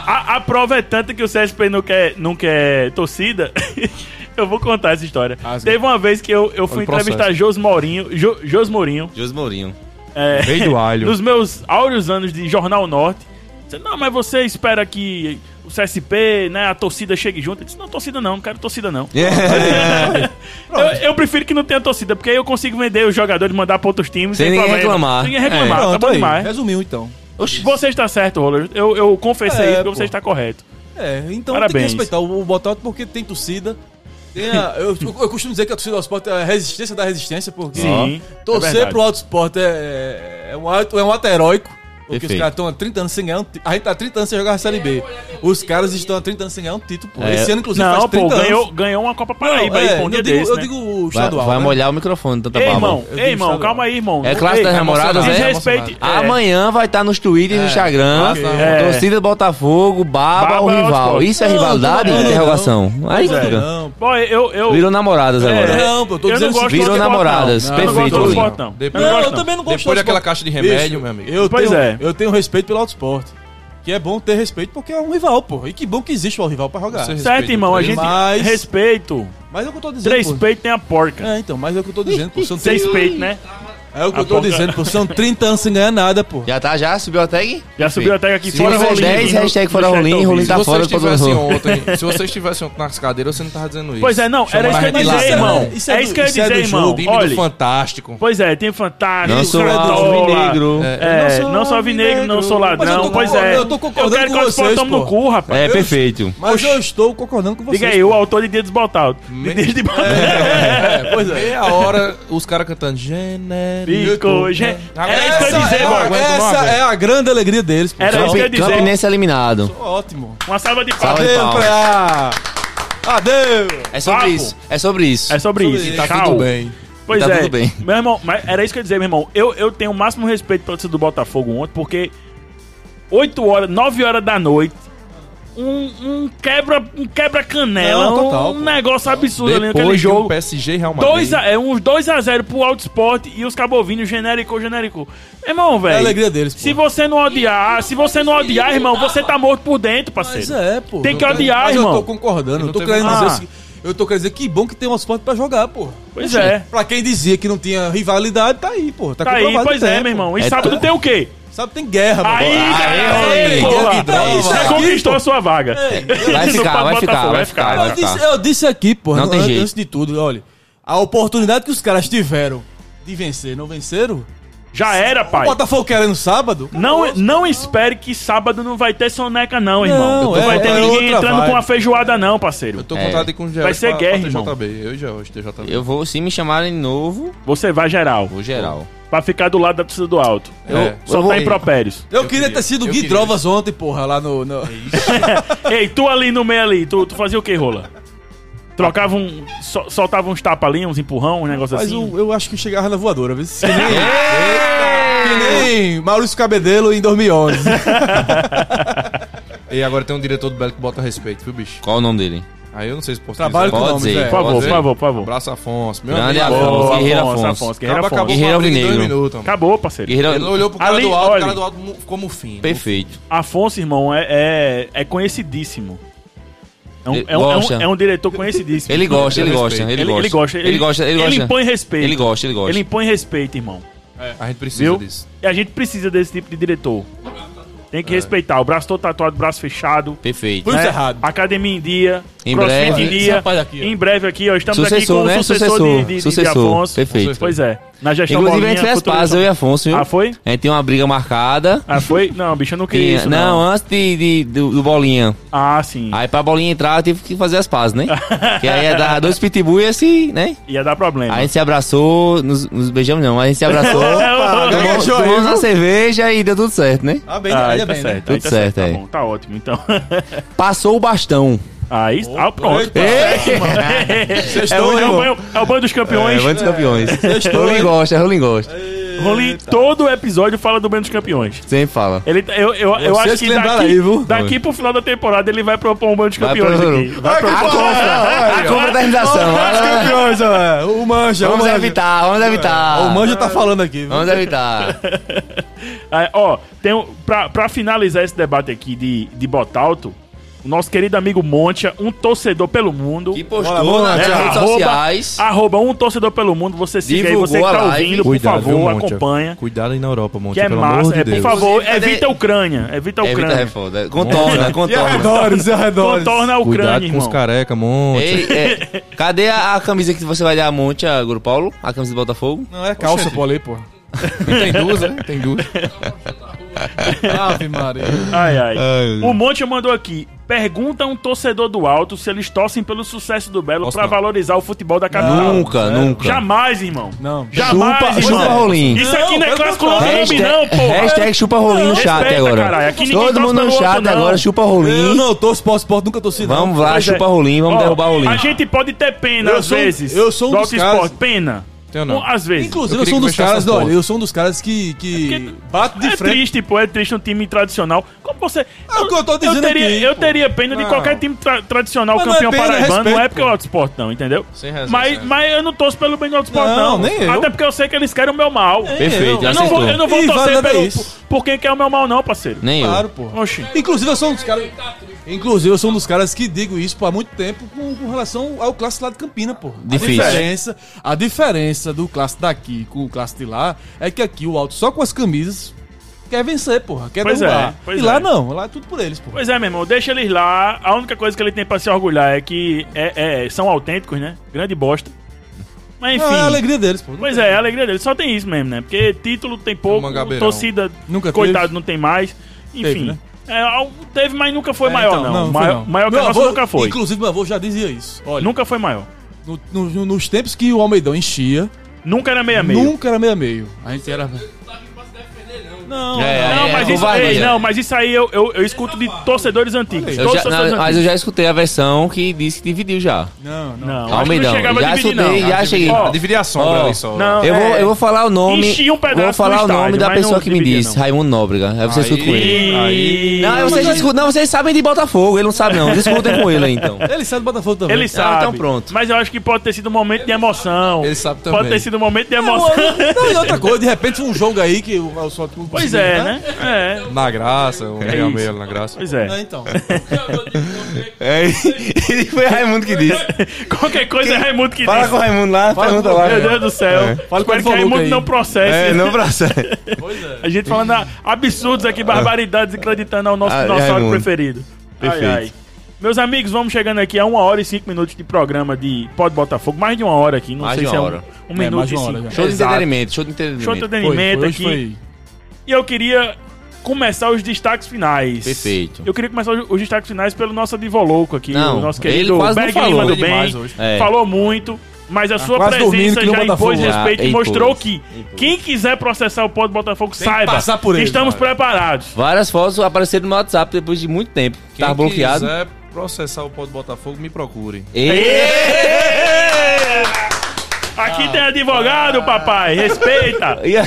a, a prova é tanta que o CSP não quer, não quer torcida. eu vou contar essa história.
Rasga.
Teve uma vez que eu, eu fui
Olha o processo.
entrevistar Jos Mourinho. Jo, Jos Mourinho.
José Mourinho.
é,
Rei do alho.
nos meus áureos anos de Jornal Norte. Disse, não, mas você espera que o CSP, né, a torcida chegue junto. Eu disse, não, torcida não, não quero torcida não.
É.
eu, eu prefiro que não tenha torcida, porque aí eu consigo vender os jogadores, mandar pra outros times.
Sem ninguém reclamar.
Sem ninguém
É.
reclamar, tá
Pronto,
bom
aí.
demais.
Resumiu, então.
Você está certo, Roller. Eu, eu confessei
É,
isso, porque
pô.
você está correto.
É, então tem que
Parabéns.
respeitar o, o Botafogo porque tem torcida. Tem a- eu, eu costumo dizer que a torcida do Sport é a resistência da resistência, porque
Sim,
ó,
é
torcer
verdade.
pro Auto Sport é, é um ato, é um ato heróico. Porque os
Perfeito.
caras estão há 30 anos sem ganhar um título. A gente tá há 30 anos sem jogar a Série B. Os caras estão há 30 anos sem ganhar um título, pô.
É.
Esse ano, inclusive,
Não,
faz 30
pô,
anos.
ganhou, ganhou uma Copa
Não,
Paraíba aí,
é,
com um
eu,
dia
digo,
desse,
eu
né?
digo o
Vai,
estadual.
vai
né?
molhar o microfone, de tanta
Ei,
palma.
irmão, ei,
Eu digo
irmão,
estadual.
calma aí, irmão.
É classe
Ei, tá
das namoradas,
emocionado.
é?
Desrespeite.
Tá
é.
Amanhã vai estar nos Twitter e no Instagram.
ok.
É.
Torcida do Botafogo, baba,
Baba
o
é o
rival.
esporte.
Isso é
Não,
rivalidade?
não, não.
Interrogação. Aí
Pois é.
fica.
Não, pô.
Pô, eu. eu
Virou namoradas
é,
agora.
Não, pô, eu tô
eu
dizendo
não gosto
isso.
Virou
do esporte,
namoradas,
não. Eu não gosto
perfeito,
do
Luiz.
esporte, não. Eu
Depois-
não
Não,
gosto,
eu
não.
também não gosto
Depois
do
daquela
esporte.
caixa de remédio,
Bicho,
meu amigo.
Eu
Pois
tenho,
é.
eu tenho respeito pelo autosport. Que é bom ter respeito porque é um rival, pô. E que bom que existe um rival pra jogar.
Você-
Certo, irmão, a gente.
Mas-
Respeito.
Mas é o que eu tô dizendo.
Três
pô.
peitos tem a porca.
É, então, mas é o que eu tô dizendo, pô. São
Seis
30
peitos, né?
É o que
A
eu tô
porca.
dizendo, pô. São 30 anos sem ganhar nada, pô.
Já tá, já? Subiu a tag?
Já subiu até aqui
Se
fora
vocês
Rolim.
dez,
no-
hashtag
no
fora
chat,
Rolim,
então,
ouvindo.
Rolim tá
Se
fora
vocês
do podcast.
tivessem ontem, se vocês tivessem ontem nas cadeiras, você não tava dizendo isso.
Pois é, não, era isso que eu ia
Chamar
Mas
dizer,
de ladrão.
irmão. É isso que eu ia
do- é do
dizer, irmão.
jogo.
Time
Olha.
do Fantástico.
Pois é, tem fantástico,
Não sou
Cartola.
alvinegro.
É, não sou alvinegro, não sou
Mas eu
ladrão.
tô
Pois
concordando,
é.
eu tô concordando
quero
com
que o esporte
vocês,
tome no
pô.
cu, rapaz.
É, perfeito.
Mas eu estou concordando com vocês.
Diga aí, o autor de Dia dos Botados.
Me-
Dia de Botados.
É, pois é.
Meia hora, os caras cantando genérico.
Pico, gente. Era isso que eu ia dizer,
é,
irmão.
a,
Agora- Aguento, não
essa
aguento.
é a grande alegria deles, pô.
Era isso que eu ia
Campi-
dizer.
Campinense eliminado.
Ótimo.
Uma salva de
Salva
palmas.
de
Valeu,
palmas.
Preá. Adeus.
É sobre
Papo.
isso. É sobre isso.
É sobre
Sobre
isso.
isso. Tá
Tchau.
bem.
Pois
Tá
é.
tudo bem.
Meu irmão, mas era isso que eu ia dizer, meu irmão. Eu, eu tenho o máximo respeito pela torcida do Botafogo ontem, porque 8 horas, 9 horas da noite, um, um quebra, um quebra canela,
Não, total,
um
pô.
negócio absurdo ali naquele
Depois de um
jogo.
PSG e Real Madrid.
Dois a, é, uns 2x0 pro Alto Sport e os cabovinhos genérico, genérico. Irmão,
É a
velho.
alegria deles, pô.
Se você não odiar, se você não odiar, irmão, você tá morto por dentro,
Mas
parceiro.
é, pô.
Tem que
Não
odiar,
mas
irmão.
Eu tô concordando. Eu tô
tem
querendo
mais.
dizer o
Ah.
seguinte. Eu tô querendo dizer que bom que tem um esporte pra jogar, pô.
Pois é.
Pra quem dizia que não tinha rivalidade, tá aí, pô. Tá,
Tá aí,
comprovado
pois
que
é,
tem, pô.
meu irmão. E
É
sábado
tudo.
tem o quê?
Sabe, tem guerra,
Tá Aí,
mano.
aí,
aí,
porra,
que droga.
Você conquistou a sua vaga.
É, Vai ficar, vai ficar, vai ficar, vai
Eu
ficar.
disse, eu disse aqui, pô,
Não
an-
tem
antes,
jeito.
de tudo, olha. A oportunidade que os caras tiveram de vencer, não venceram?
Já era, pai.
O Botafogo querendo sábado?
Não, não espere que sábado não vai ter soneca, não, irmão.
Não,
Não,
é-
vai ter
é
ninguém
outra
entrando
vibe.
com a feijoada, não, parceiro.
Eu tô
É.
contado aí com o George
Vai ser
pra-
guerra,
pra
irmão.
TJB. Eu e George, TJB.
Eu vou, se me chamarem de novo,
Você vai geral.
vou geral.
Pra ficar do lado da torcida do alto.
É.
Só tá
eu vou-
impropérios.
Eu,
Eu
queria
queria,
ter sido
eu
Gui
queria.
Trovas ontem, porra, lá no.
É
no...
Ei, tu ali no meio ali, tu, tu fazia o que, Rola? Trocava um. sol- soltava uns tapas ali, uns empurrão, um negócio
Mas
assim.
eu, eu acho que chegava na voadora, viu? Que nem,
É.
É. que nem Maurício Cabedelo em 2011.
E agora tem um diretor do Belo que bota respeito, viu, bicho?
Qual o nome dele?
Aí eu não sei se posso
Trabalho
dizer.
com
Pode
nomes,
Por
ser.
velho.
favor,
Pode
por
ser.
favor, por favor.
Abraço, Afonso. Meu
Grande
amigo.
Afonso,
Ô,
Guerreiro
Afonso,
Afonso.
Afonso, Guerreiro
Acabou-
Afonso.
acabou
Guerreiro
com a briga em dois
Alvinegro.
minutos, mano.
é Acabou, parceiro.
Ele
Guerreiro
olhou pro cara
Ali,
do alto,
olha.
o cara do alto mu- ficou né? mufino.
perfeito.
Afonso, irmão, é, é, é conhecidíssimo. É um,
Ele
é um- é um-
gosta.
é um diretor conhecidíssimo.
Ele gosta, ele gosta, ele
Ele, ele gosta.
Ele gosta, ele gosta.
impõe respeito.
Ele gosta, ele gosta.
Ele impõe respeito, irmão.
A gente precisa
Viu?
disso.
E a gente precisa desse tipo de diretor. Tem que
É.
respeitar. O braço todo tatuado, braço fechado.
Perfeito.
Pulso
né?
é errado.
Academia em dia.
Em
crossfit
breve.
em
Esse
dia.
rapaz aqui, ó.
em breve aqui, ó. Estamos aqui com
Sucessor,
o
né?
sucessor,
Sucessor.
de, de, de
Sucessor.
Afonso.
Perfeito.
Pois é. Na gestão
Inclusive, a
Bolinha,
gente fez
futuro-
paz, eu e Afonso, viu?
Ah, foi?
A gente tem uma briga marcada.
Ah, foi? Não, bicho, eu não queria
Tinha-
isso,
não,
não.
antes de, de- do, do Bolinha.
Ah, sim.
Aí pra Bolinha entrar, eu tive que fazer as pazes, né? que aí ia dar dois pitbull e esse, né?
Ia dar problema.
Aí a gente se abraçou, nos, nos beijamos não, mas a gente se abraçou,
Ah,
Ganhou aí,
tomamos
viu?
uma cerveja e deu tudo certo, né?
Ah, bem, aí é
tá
bem, né?
certo, aí
Tudo
tá
certo,
Tá
é.
bom, tá ótimo, então.
Passou o bastão.
Aí, ah, pronto.
Eita,
É
Sextou,
o, é, o
irmão.
banho, é o banho dos campeões.
É, antes campeões. Rolim gosta, Rolim gosta.
Rolim, todo episódio fala do banho dos campeões.
Sempre fala.
Ele, tá, eu, eu, eu
Vocês
acho que
lembraram
daqui,
aí, viu?
daqui pro final da temporada ele vai propor um banho dos
Vai
campeões
pro-
aqui. Vai
A
propor.
compra, a confraternização.
Campeões, ó. é. O Manja, o
Vamos
Manja.
evitar, vamos evitar.
O Manja tá falando aqui, viu?
Vamos evitar.
Ah, ó, tem, um- pra, pra finalizar esse debate aqui de, de Botalto, o nosso querido amigo Montia, um torcedor pelo mundo.
E
Bora,
postou
bora,
nas
né?
redes sociais.
arroba um torcedor pelo mundo. Você siga aí,
Divulgou
você que tá
a live.
ouvindo,
Cuidado,
por favor,
viu, Monte?
acompanha.
Cuidado aí na Europa, Monte.
Que é
pelo
massa,
amor de
é, por
Deus.
favor,
Inclusive,
evita a Ucrânia, evita a
Evita a
Ucrânia.
reforma. Contorna, contorna.
Arredores, arredores.
Contorna a
Cuidado
Ucrânia,
com os
irmão.
careca, Monte.
Ei, é, cadê a, a camisa que você vai dar a monte, a Guru Paulo? A camisa do Botafogo?
Não, é calça, pô, ali, pô.
Tem duas, né? Tem duas.
Ave Maria.
Ai, ai. O Monte mandou aqui. Pergunta a um torcedor do alto se eles torcem pelo sucesso do Belo
Posso
pra
não.
valorizar o futebol da capital.
Nunca, nunca.
Jamais, irmão.
Não.
Jamais,
Chupa-
irmão.
chupa Rolim.
Isso aqui não é
Não,
clássico
pelo
Lobby Lobby, não, pô.
Hashtag chupa rolinho no chat
Respeita,
agora.
caralho. Aqui ninguém
Todo
torce
mundo
pelo
no
outro,
chat
não.
agora chupa
Eu
rolinho.
não torço pro esporte, nunca torci, não.
Vamos lá,
Pois é.
chupa rolinho, vamos
Ó,
derrubar rolinho.
A gente pode ter pena,
Eu
às
sou um-
vezes.
eu sou um
do
dos
Autosport.
casos-
Pena.
Tenho não.
Às vezes.
Inclusive,
Eu
eu,
queria
sou um
que
dos
fechasse
caras,
essa
olha,
porta.
eu sou um dos caras que, que
É porque-
bate de
é
frente.
triste, pô, é triste um time tradicional. Como você.
É o que eu tô dizendo
teria,
aqui,
eu
pô.
teria pena de
Não.
qualquer time tra- tradicional
Mas não é
campeão
pena, é
paraibano, não é
respeito,
porque é o Autosport, não, entendeu?
Sem razão, sem
Mas,
razão.
mas eu não torço pelo bem do Autosport, não.
Não, nem eu.
Até porque eu sei que eles querem o meu mal. Eu
Perfeito,
eu-
já
eu
não
acertou.
vou, eu não vou
Ih,
torcer
valeu, é
pelo,
isso.
por quem quer o meu mal, não, parceiro.
Nem eu.
Claro, pô.
Oxi.
Inclusive, eu sou um dos caras.
Tá
Inclusive, eu sou um dos caras que digo isso pô, há muito tempo com, com relação ao clássico lá de Campina, pô.
Difícil.
A diferença, a diferença do clássico daqui com o clássico de lá é que aqui o alto só com as camisas quer vencer, porra. Quer
Pois é,
derrubar.
pois
e
é.
lá não, lá é tudo por eles, porra.
Pois é, meu irmão, deixa eles lá. A única coisa que ele tem pra se orgulhar é que é, é- são autênticos, né? Grande bosta. Mas enfim.
É a alegria deles, pô. Não
Pois
tem-
é, a alegria dele. Só tem isso mesmo, né? Porque título tem pouco,
Mangabeirão.
torcida,
Nunca teve.
coitado, não tem mais. Enfim.
Teve, né?
É, al- teve, mas nunca foi
É,
maior,
então,
não.
foi
maior,
não.
maior que
Meu
a nossa
avô-
nunca foi.
Inclusive, meu avô já dizia isso. Olha,
Nunca foi maior.
no- no- nos tempos que o Almeidão enchia,
Nunca era meia-meia.
nunca era meia-meio. A gente era. Não,
É,
Não, mas isso
covardia.
aí, não, mas isso aí eu, eu, eu escuto de torcedores antigos.
Eu
Todos
já-
os
na-
torcedores
mas
antigos.
eu já escutei a versão que disse que dividiu já.
Não, acho
não, não.
que não
Almeidão.
chegava a
Já
dividir,
escutei,
não.
já cheguei.
Ó,
Dividir a sombra
Ó,
ali só. né?
não,
Eu, vou,
é.
eu vou falar o nome.
Enchi um pedaço
vou falar
do
o nome
estádio,
da
mas
pessoa
não
que me
dividia,
disse,
não.
Raimundo Nóbrega. Aí você escuta com ele.
E-
Não, aí vocês escutam, não, vocês sabem de Botafogo, ele não sabe não. Escutem com ele aí, então.
Ele sai do Botafogo também.
Ele sabe.
então pronto.
Mas eu acho que pode ter sido um momento de emoção.
Ele sabe
Pode
também.
ter sido um momento de
Não,
emoção.
não, e outra coisa, de repente foi um jogo aí que o o Só não
Pois
conseguiu,
é, né? É.
Na graça, o
isso.
Real Meio na graça.
Pois
Não,
é.
então.
É, e foi Raimundo que disse.
Qualquer coisa é Raimundo que
Fala
diz.
com o Raimundo lá, pergunta lá.
Meu Deus do céu.
Fala com
Espero
ele,
que
falou
Raimundo
que aí.
não processe.
É, não abraça.
A gente falando a- absurdos aqui, barbaridades, acreditando ao nosso
Ah,
dinossauro
Raimundo.
preferido. Ai,
Perfeito.
ai. Meus amigos, vamos chegando aqui a uma hora e cinco minutos de programa de Pode Botafogo. Mais de uma hora aqui, não
Mais
sei
de
se é
uma
um,
hora.
um minuto
mais
de
de uma
cinco.
hora já.
Show de
Exato.
entretenimento, show de entretenimento.
Show de
Foi,
entretenimento
foi,
aqui.
hoje foi.
E eu queria começar os destaques finais.
Perfeito.
Eu queria começar os os destaques finais pelo nosso advolouco aqui,
Não,
o nosso
ele
querido
quase não
Berg
falou.
Lima do
Falou
Bem.
demais hoje.
É.
Falou muito, mas a sua
Ah, quase dormindo
presença
que nem o
já impôs
Botafogo.
respeito
Ah,
e
impôs,
mostrou que quem quiser processar o Pó do Botafogo,
que
saiba.
passar por ele,
estamos preparados.
Várias fotos apareceram no meu WhatsApp depois de muito tempo.
Tá
Tá
Quem
Tava bloqueado.
quiser processar o pó do Botafogo, me procure.
E...
Aqui tem advogado, papai. Respeita.
E aí-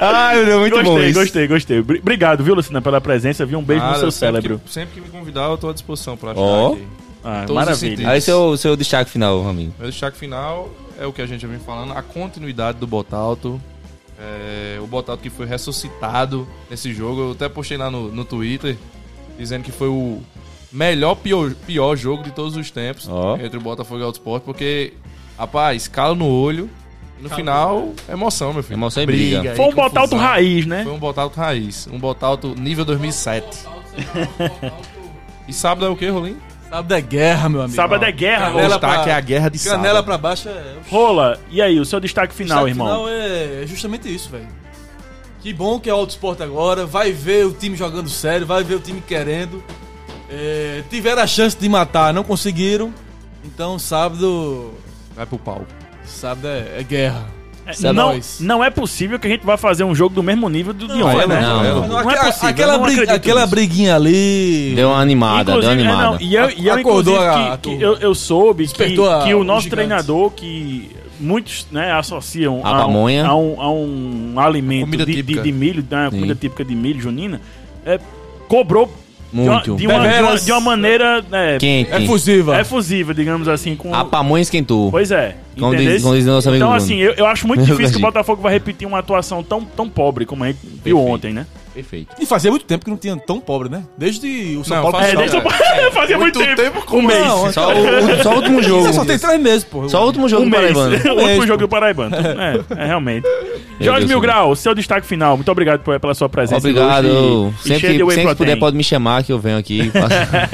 Ai, meu Deus, muito bom
gostei,
isso.
gostei, gostei. Bri- Obrigado, viu, Lucina, pela presença. Vi um beijo no
Nada,
seu
sempre
cérebro.
que- sempre que me convidar, eu tô à disposição pra achar
Ó.
aqui.
Ah,
todos os
maravilha.
sentidos.
Aí seu, seu destaque final, amigo.
Meu destaque final é o que a gente já vem falando, a continuidade do Botalto. É, o Botalto que foi ressuscitado nesse jogo. Eu até postei lá no, no Twitter dizendo que foi o melhor, pior, pior jogo de todos os tempos
Ó.
entre o Botafogo e o Alto Sport, porque, rapaz, calo no olho. E no final, emoção, meu filho.
Emoção e briga.
aí,
Foi um
confusão.
botalto raiz, né?
Foi um Botalto raiz. Um Botalto nível 2007. e sábado é o que, Rolim?
Sábado é guerra, meu amigo.
Sábado é guerra,
Canela
Rolim.
Destaque
pra-
é a guerra de sábado.
Canela pra baixo é.
Rola, e aí, o seu destaque final,
Destaque
irmão?
final é é justamente isso, velho. Que bom que é o Autosport agora. Vai ver o time jogando sério, vai ver o time querendo. É, tiveram a chance de matar, não conseguiram. Então sábado.
Vai pro pau.
Sábado é, é guerra.
É, não,
nós.
não é possível que a gente vá fazer um jogo do mesmo nível do de
é
ontem, né?
não.
Não,
Não
é
Aquela-
possível.
aquela
eu não
bri-
acredito
aquela
nisso.
briguinha ali.
Deu uma animada, deu uma
Inclusive, é,
animada.
não, e eu, e eu
Acordou
inclusive,
a-
que,
a
que
turma.
eu, eu soube que,
Despertou a-
que o
os
nosso
gigantes.
treinador, que muitos né, associam
A
um,
pamonha.
a, um, a um alimento
Comida
de, de,
típica.
de milho, né,
Sim.
comida típica de milho junina, é, cobrou de uma-
Muito.
De, uma, de, uma,
Deveras.
de uma maneira né,
Quente.
É fusiva.
efusiva, digamos assim, com,
A pamonha esquentou.
Pois é.
Como diz-
entendesse?
como diz nosso amigo
então,
Bruno.
assim, eu, eu acho muito
Eu
difícil que o
gostei.
Botafogo vai repetir uma atuação tão, tão pobre como a gente viu ontem, né?
Perfeito.
E fazia muito tempo que não tinha tão pobre, né? Desde o São
Não,
Paulo.
faz-
É,
Só-
deixa eu... Fazia muito,
muito
tempo. Um mês.
Não,
Só o, o- só o
É,
último jogo.
não, só tem três meses, pô.
Só o último jogo
é Um
do
mês.
Paraibano.
o último jogo do Paraibano. É, é realmente. Jorge
Deus,
Milgrau, seu destaque final. Muito obrigado por- pela sua presença.
Obrigado.
hoje. E cheia
Sempre,
de
que,
whey
sempre que puder,
protein.
pode me chamar que eu venho aqui.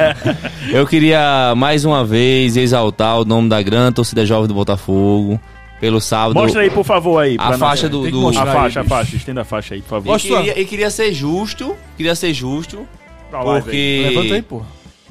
eu queria mais uma vez exaltar o nome da grande torcida jovem do Botafogo pelo sábado.
Mostra aí, por favor, aí. pra
a faixa
nossa-
do.
é. Tem que
do-
A
mostrar.
faixa, a faixa. Estenda a faixa aí, por favor.
E
Mostra.
queria, e queria ser justo, queria ser justo
pra lá, velho.
Levanta
Porque
aí, porra.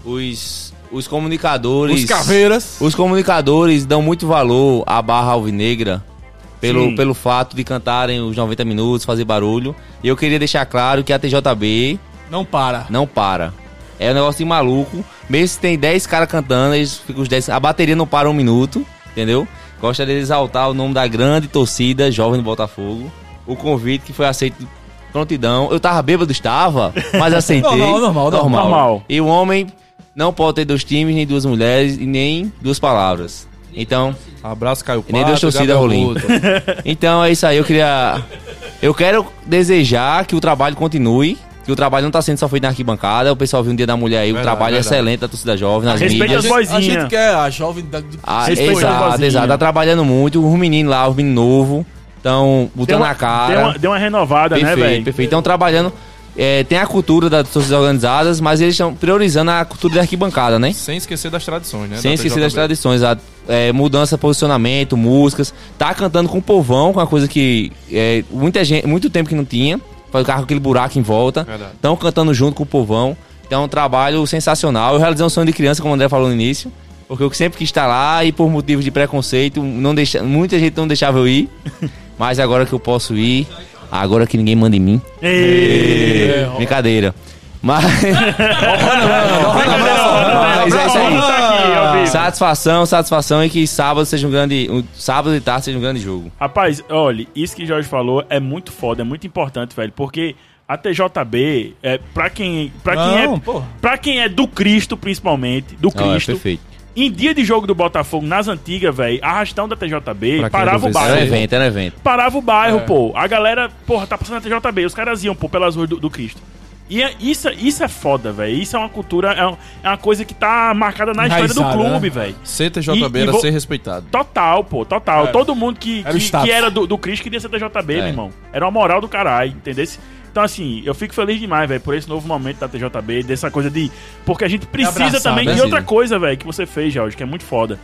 os, os comunicadores.
Os caveiras.
Os comunicadores dão muito valor à barra alvinegra
Sim.
pelo, pelo fato de cantarem os 90 minutos, fazer barulho. E eu queria deixar claro que a TJB
Não para.
não para. É um negócio de maluco. Mesmo se tem 10 caras cantando, eles ficam os 10. A bateria não para um minuto, entendeu? Gostaria de exaltar o nome da grande torcida Jovem do Botafogo. O convite que foi aceito prontidão. Eu tava bêbado, estava, mas aceitei.
Normal, normal, normal.
Normal.
E o homem não pode ter dois times, nem duas mulheres e nem duas palavras. Então,
Abraço, Caio
E nem deixa o Cida
Gabriel
Rolim.
Couto.
então é isso aí. Eu queria. Eu quero desejar que o trabalho continue. Que o trabalho não tá sendo só feito na arquibancada. O pessoal viu um dia da mulher aí. O
Verdade,
trabalho
verdade.
excelente da torcida jovem, nas
Respeita
mídias.
as boizinhas.
A gente quer a jovem da... de-
Ah,
Respeita as
exato,
boizinhas.
exato. Tá trabalhando muito. Os meninos lá, os meninos novos. Estão
Deu
botando
uma,
a cara.
deu uma, deu uma renovada,
Perfeito,
né, velho?
perfeito. Então, trabalhando. é, tem a cultura das torcidas organizadas, mas eles estão priorizando a cultura da arquibancada, né?
Sem esquecer das tradições, né?
Sem
da
esquecer das
TJB.
tradições, a, é, mudança, posicionamento, músicas. Tá cantando com o povão, com uma coisa que é, muita gente, muito tempo que não tinha. Faz o carro com aquele buraco em volta.
Verdade.
Estão cantando junto com o povão. Então é um trabalho sensacional. Eu realizei um sonho de criança, como o André falou no início. Porque eu sempre quis estar lá e por motivos de preconceito, não deixa, muita gente não deixava eu ir. Mas agora que eu posso ir, agora que ninguém manda em mim.
Ei.
Brincadeira. Mas.
Brincadeira, Ronaldo,
Mas é isso aí.
Ronaldo tá aqui, ao vivo.
Satisfação, satisfação e que sábado seja um grande. Um, sábado e tarde seja um grande jogo.
Rapaz, olha, isso que Jorge falou é muito foda, é muito importante, velho, porque a TJB é pra quem, pra quem
Não,
é,
pô.
pra quem é do Cristo principalmente, do
Ah, é
Cristo.
perfeito.
em dia de jogo do Botafogo nas antigas, velho, arrastão da TJB,
Pra quem é
parava o
não
Era um
Sim.
bairro.
venceu.
evento, era um
É.
evento.
Parava o
É.
bairro, pô. A galera, porra, tá passando a TJB, os caras iam, pô, pelas ruas do, do Cristo. E é- isso, isso é foda, velho. Isso é uma cultura, é, um- é uma coisa que tá marcada na história do
Enraizada, né?
clube, velho.
CTJB
E- e
era
vou-
ser respeitado.
Total, pô, total. Todo mundo que,
Era o
que,
status.
que era do, do Cris queria ser TJB, meu
É.
irmão. Era uma moral do caralho, entendeu? Então, assim, eu fico feliz demais, velho, por esse novo momento da TJB, dessa coisa de. Porque a gente precisa
abraçar,
também de
precisa.
outra coisa, velho, que você fez, Jorge, que é muito foda.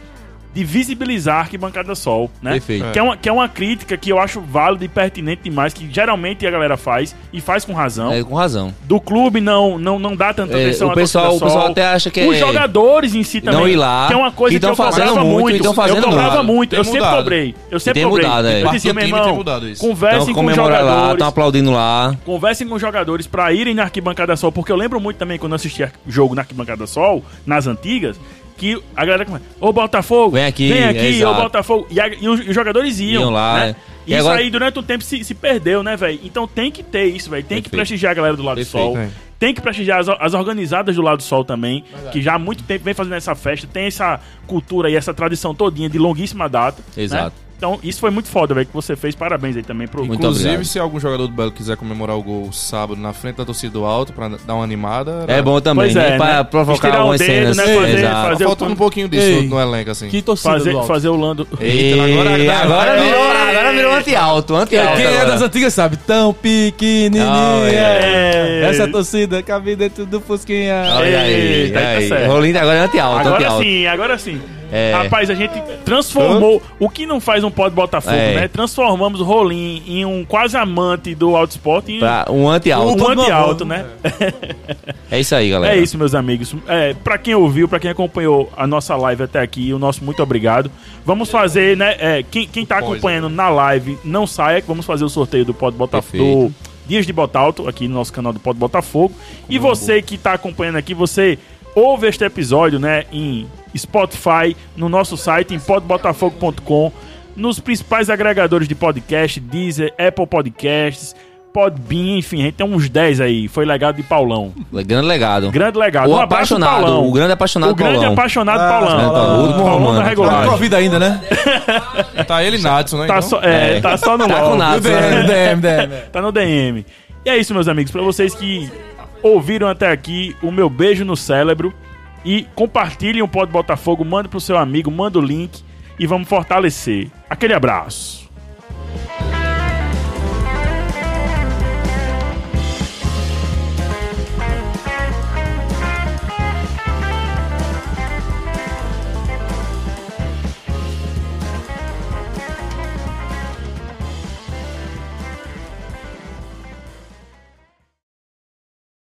De visibilizar que bancada sol, né?
Perfeito.
Que é, uma, que é uma crítica que eu acho válida e pertinente demais, que geralmente a galera faz, e faz com razão.
É, com razão.
Do clube não, não, não dá tanta
É,
atenção
o
à
pessoal-
torcida
o pessoal
sol.
até acha que
Os
é-
jogadores em si também.
Não ir lá,
Que é uma coisa
e
que
tão
eu cobrava
fazendo muito, e tão
eu
fazendo
cobrava
muito.
muito.
Tem
eu sempre
mudado.
cobrei. Eu sempre
Tem
cobrei.
mudado, é.
Eu dizia,
Parte do
meu
time tem
irmão,
mudado isso.
conversem
então
com os
comemora lá,
jogadores.
estão aplaudindo lá.
Conversem com os jogadores pra irem na arquibancada sol, porque eu lembro muito também quando eu assistia jogo na arquibancada sol, nas antigas, que a galera começa, ô Botafogo,
Vem aqui,
vem
é
aqui, ô
exato.
Botafogo. E, a- e os, e os jogadores iam,
Iam lá,
né?
é.
E
E
isso
agora-
aí durante um tempo se, se perdeu, né, velho? Então tem que ter isso, velho. Tem que
Perfeito.
prestigiar a galera do lado
Perfeito.
do sol.
É.
Tem que prestigiar as, as organizadas do lado do sol também, que já há muito tempo vem fazendo essa festa, tem essa cultura e essa tradição todinha de longuíssima data. né?
Exato.
Então, isso foi muito foda, velho, que você fez. Parabéns aí também pro
Muito
Inclusive,
obrigado.
se algum jogador do Belo quiser comemorar o gol sábado na frente da torcida do alto pra dar uma animada. era-
É bom também,
Pois é,
né?
né?
Pra provocar
Estirar o
algumas
dedo,
cenas.
né? Fazer-
Exato.
fazer-
Tá faltando um pouquinho disso
Ei.
no elenco, assim.
Que torcida do
fazer,
alto.
fazer o Lando.
Eita,
Eita,
agora,
agora-
agora virou, agora virou anti-alto, anti-alto.
Quem é
agora.
das antigas sabe. Tão pequenininha.
Ah,
é.
Essa torcida cabe dentro do é fusquinha.
Olha aí,
Eita, aí tá
aí.
certo.
Rolinda agora é anti-alto,
Agora
anti-alto.
sim, agora sim.
É.
Rapaz, a gente transformou o que não faz um pó de Botafogo,
É.
né? Transformamos o Rolim em um quase amante do Auto Sport e
Pra um anti-alto.
um
todo
anti alto,
novo.
né?
É isso aí, galera.
É isso, meus amigos. É, para quem ouviu, pra quem acompanhou a nossa live até aqui, o nosso muito obrigado. Vamos fazer, né? é, quem, quem tá acompanhando
né?
na live, não saia, que vamos fazer o sorteio do Pod Botafogo.
Perfeito.
Dias de Botalto, aqui no nosso canal do Pod Botafogo. E você que tá acompanhando aqui, você ouve este episódio, né? Em Spotify, no nosso site, em podbotafogo.com, nos principais agregadores de podcast, Deezer, Apple Podcasts, Podbean, enfim, a gente tem uns 10 aí. Foi legado de Paulão.
Grande legado.
Grande legado.
O
um abraço pro
apaixonado,
Paulão.
o grande apaixonado
O grande
Paulão.
apaixonado
Ah,
Paulão.
Paulão. O último
da
romano.
Tá com
regulagem.
vida ainda, né?
Tá ele e Nadson, né?
Tá,
então?
só, é,
É.
tá só no
Tá com
LOL.
nada.
DM, DM, DM.
Tá no DM. E é isso, meus amigos. Pra vocês que ouviram até aqui, o meu beijo no cérebro. E compartilhem o Pod Botafogo, manda pro seu amigo, manda o link e vamos fortalecer. Aquele abraço.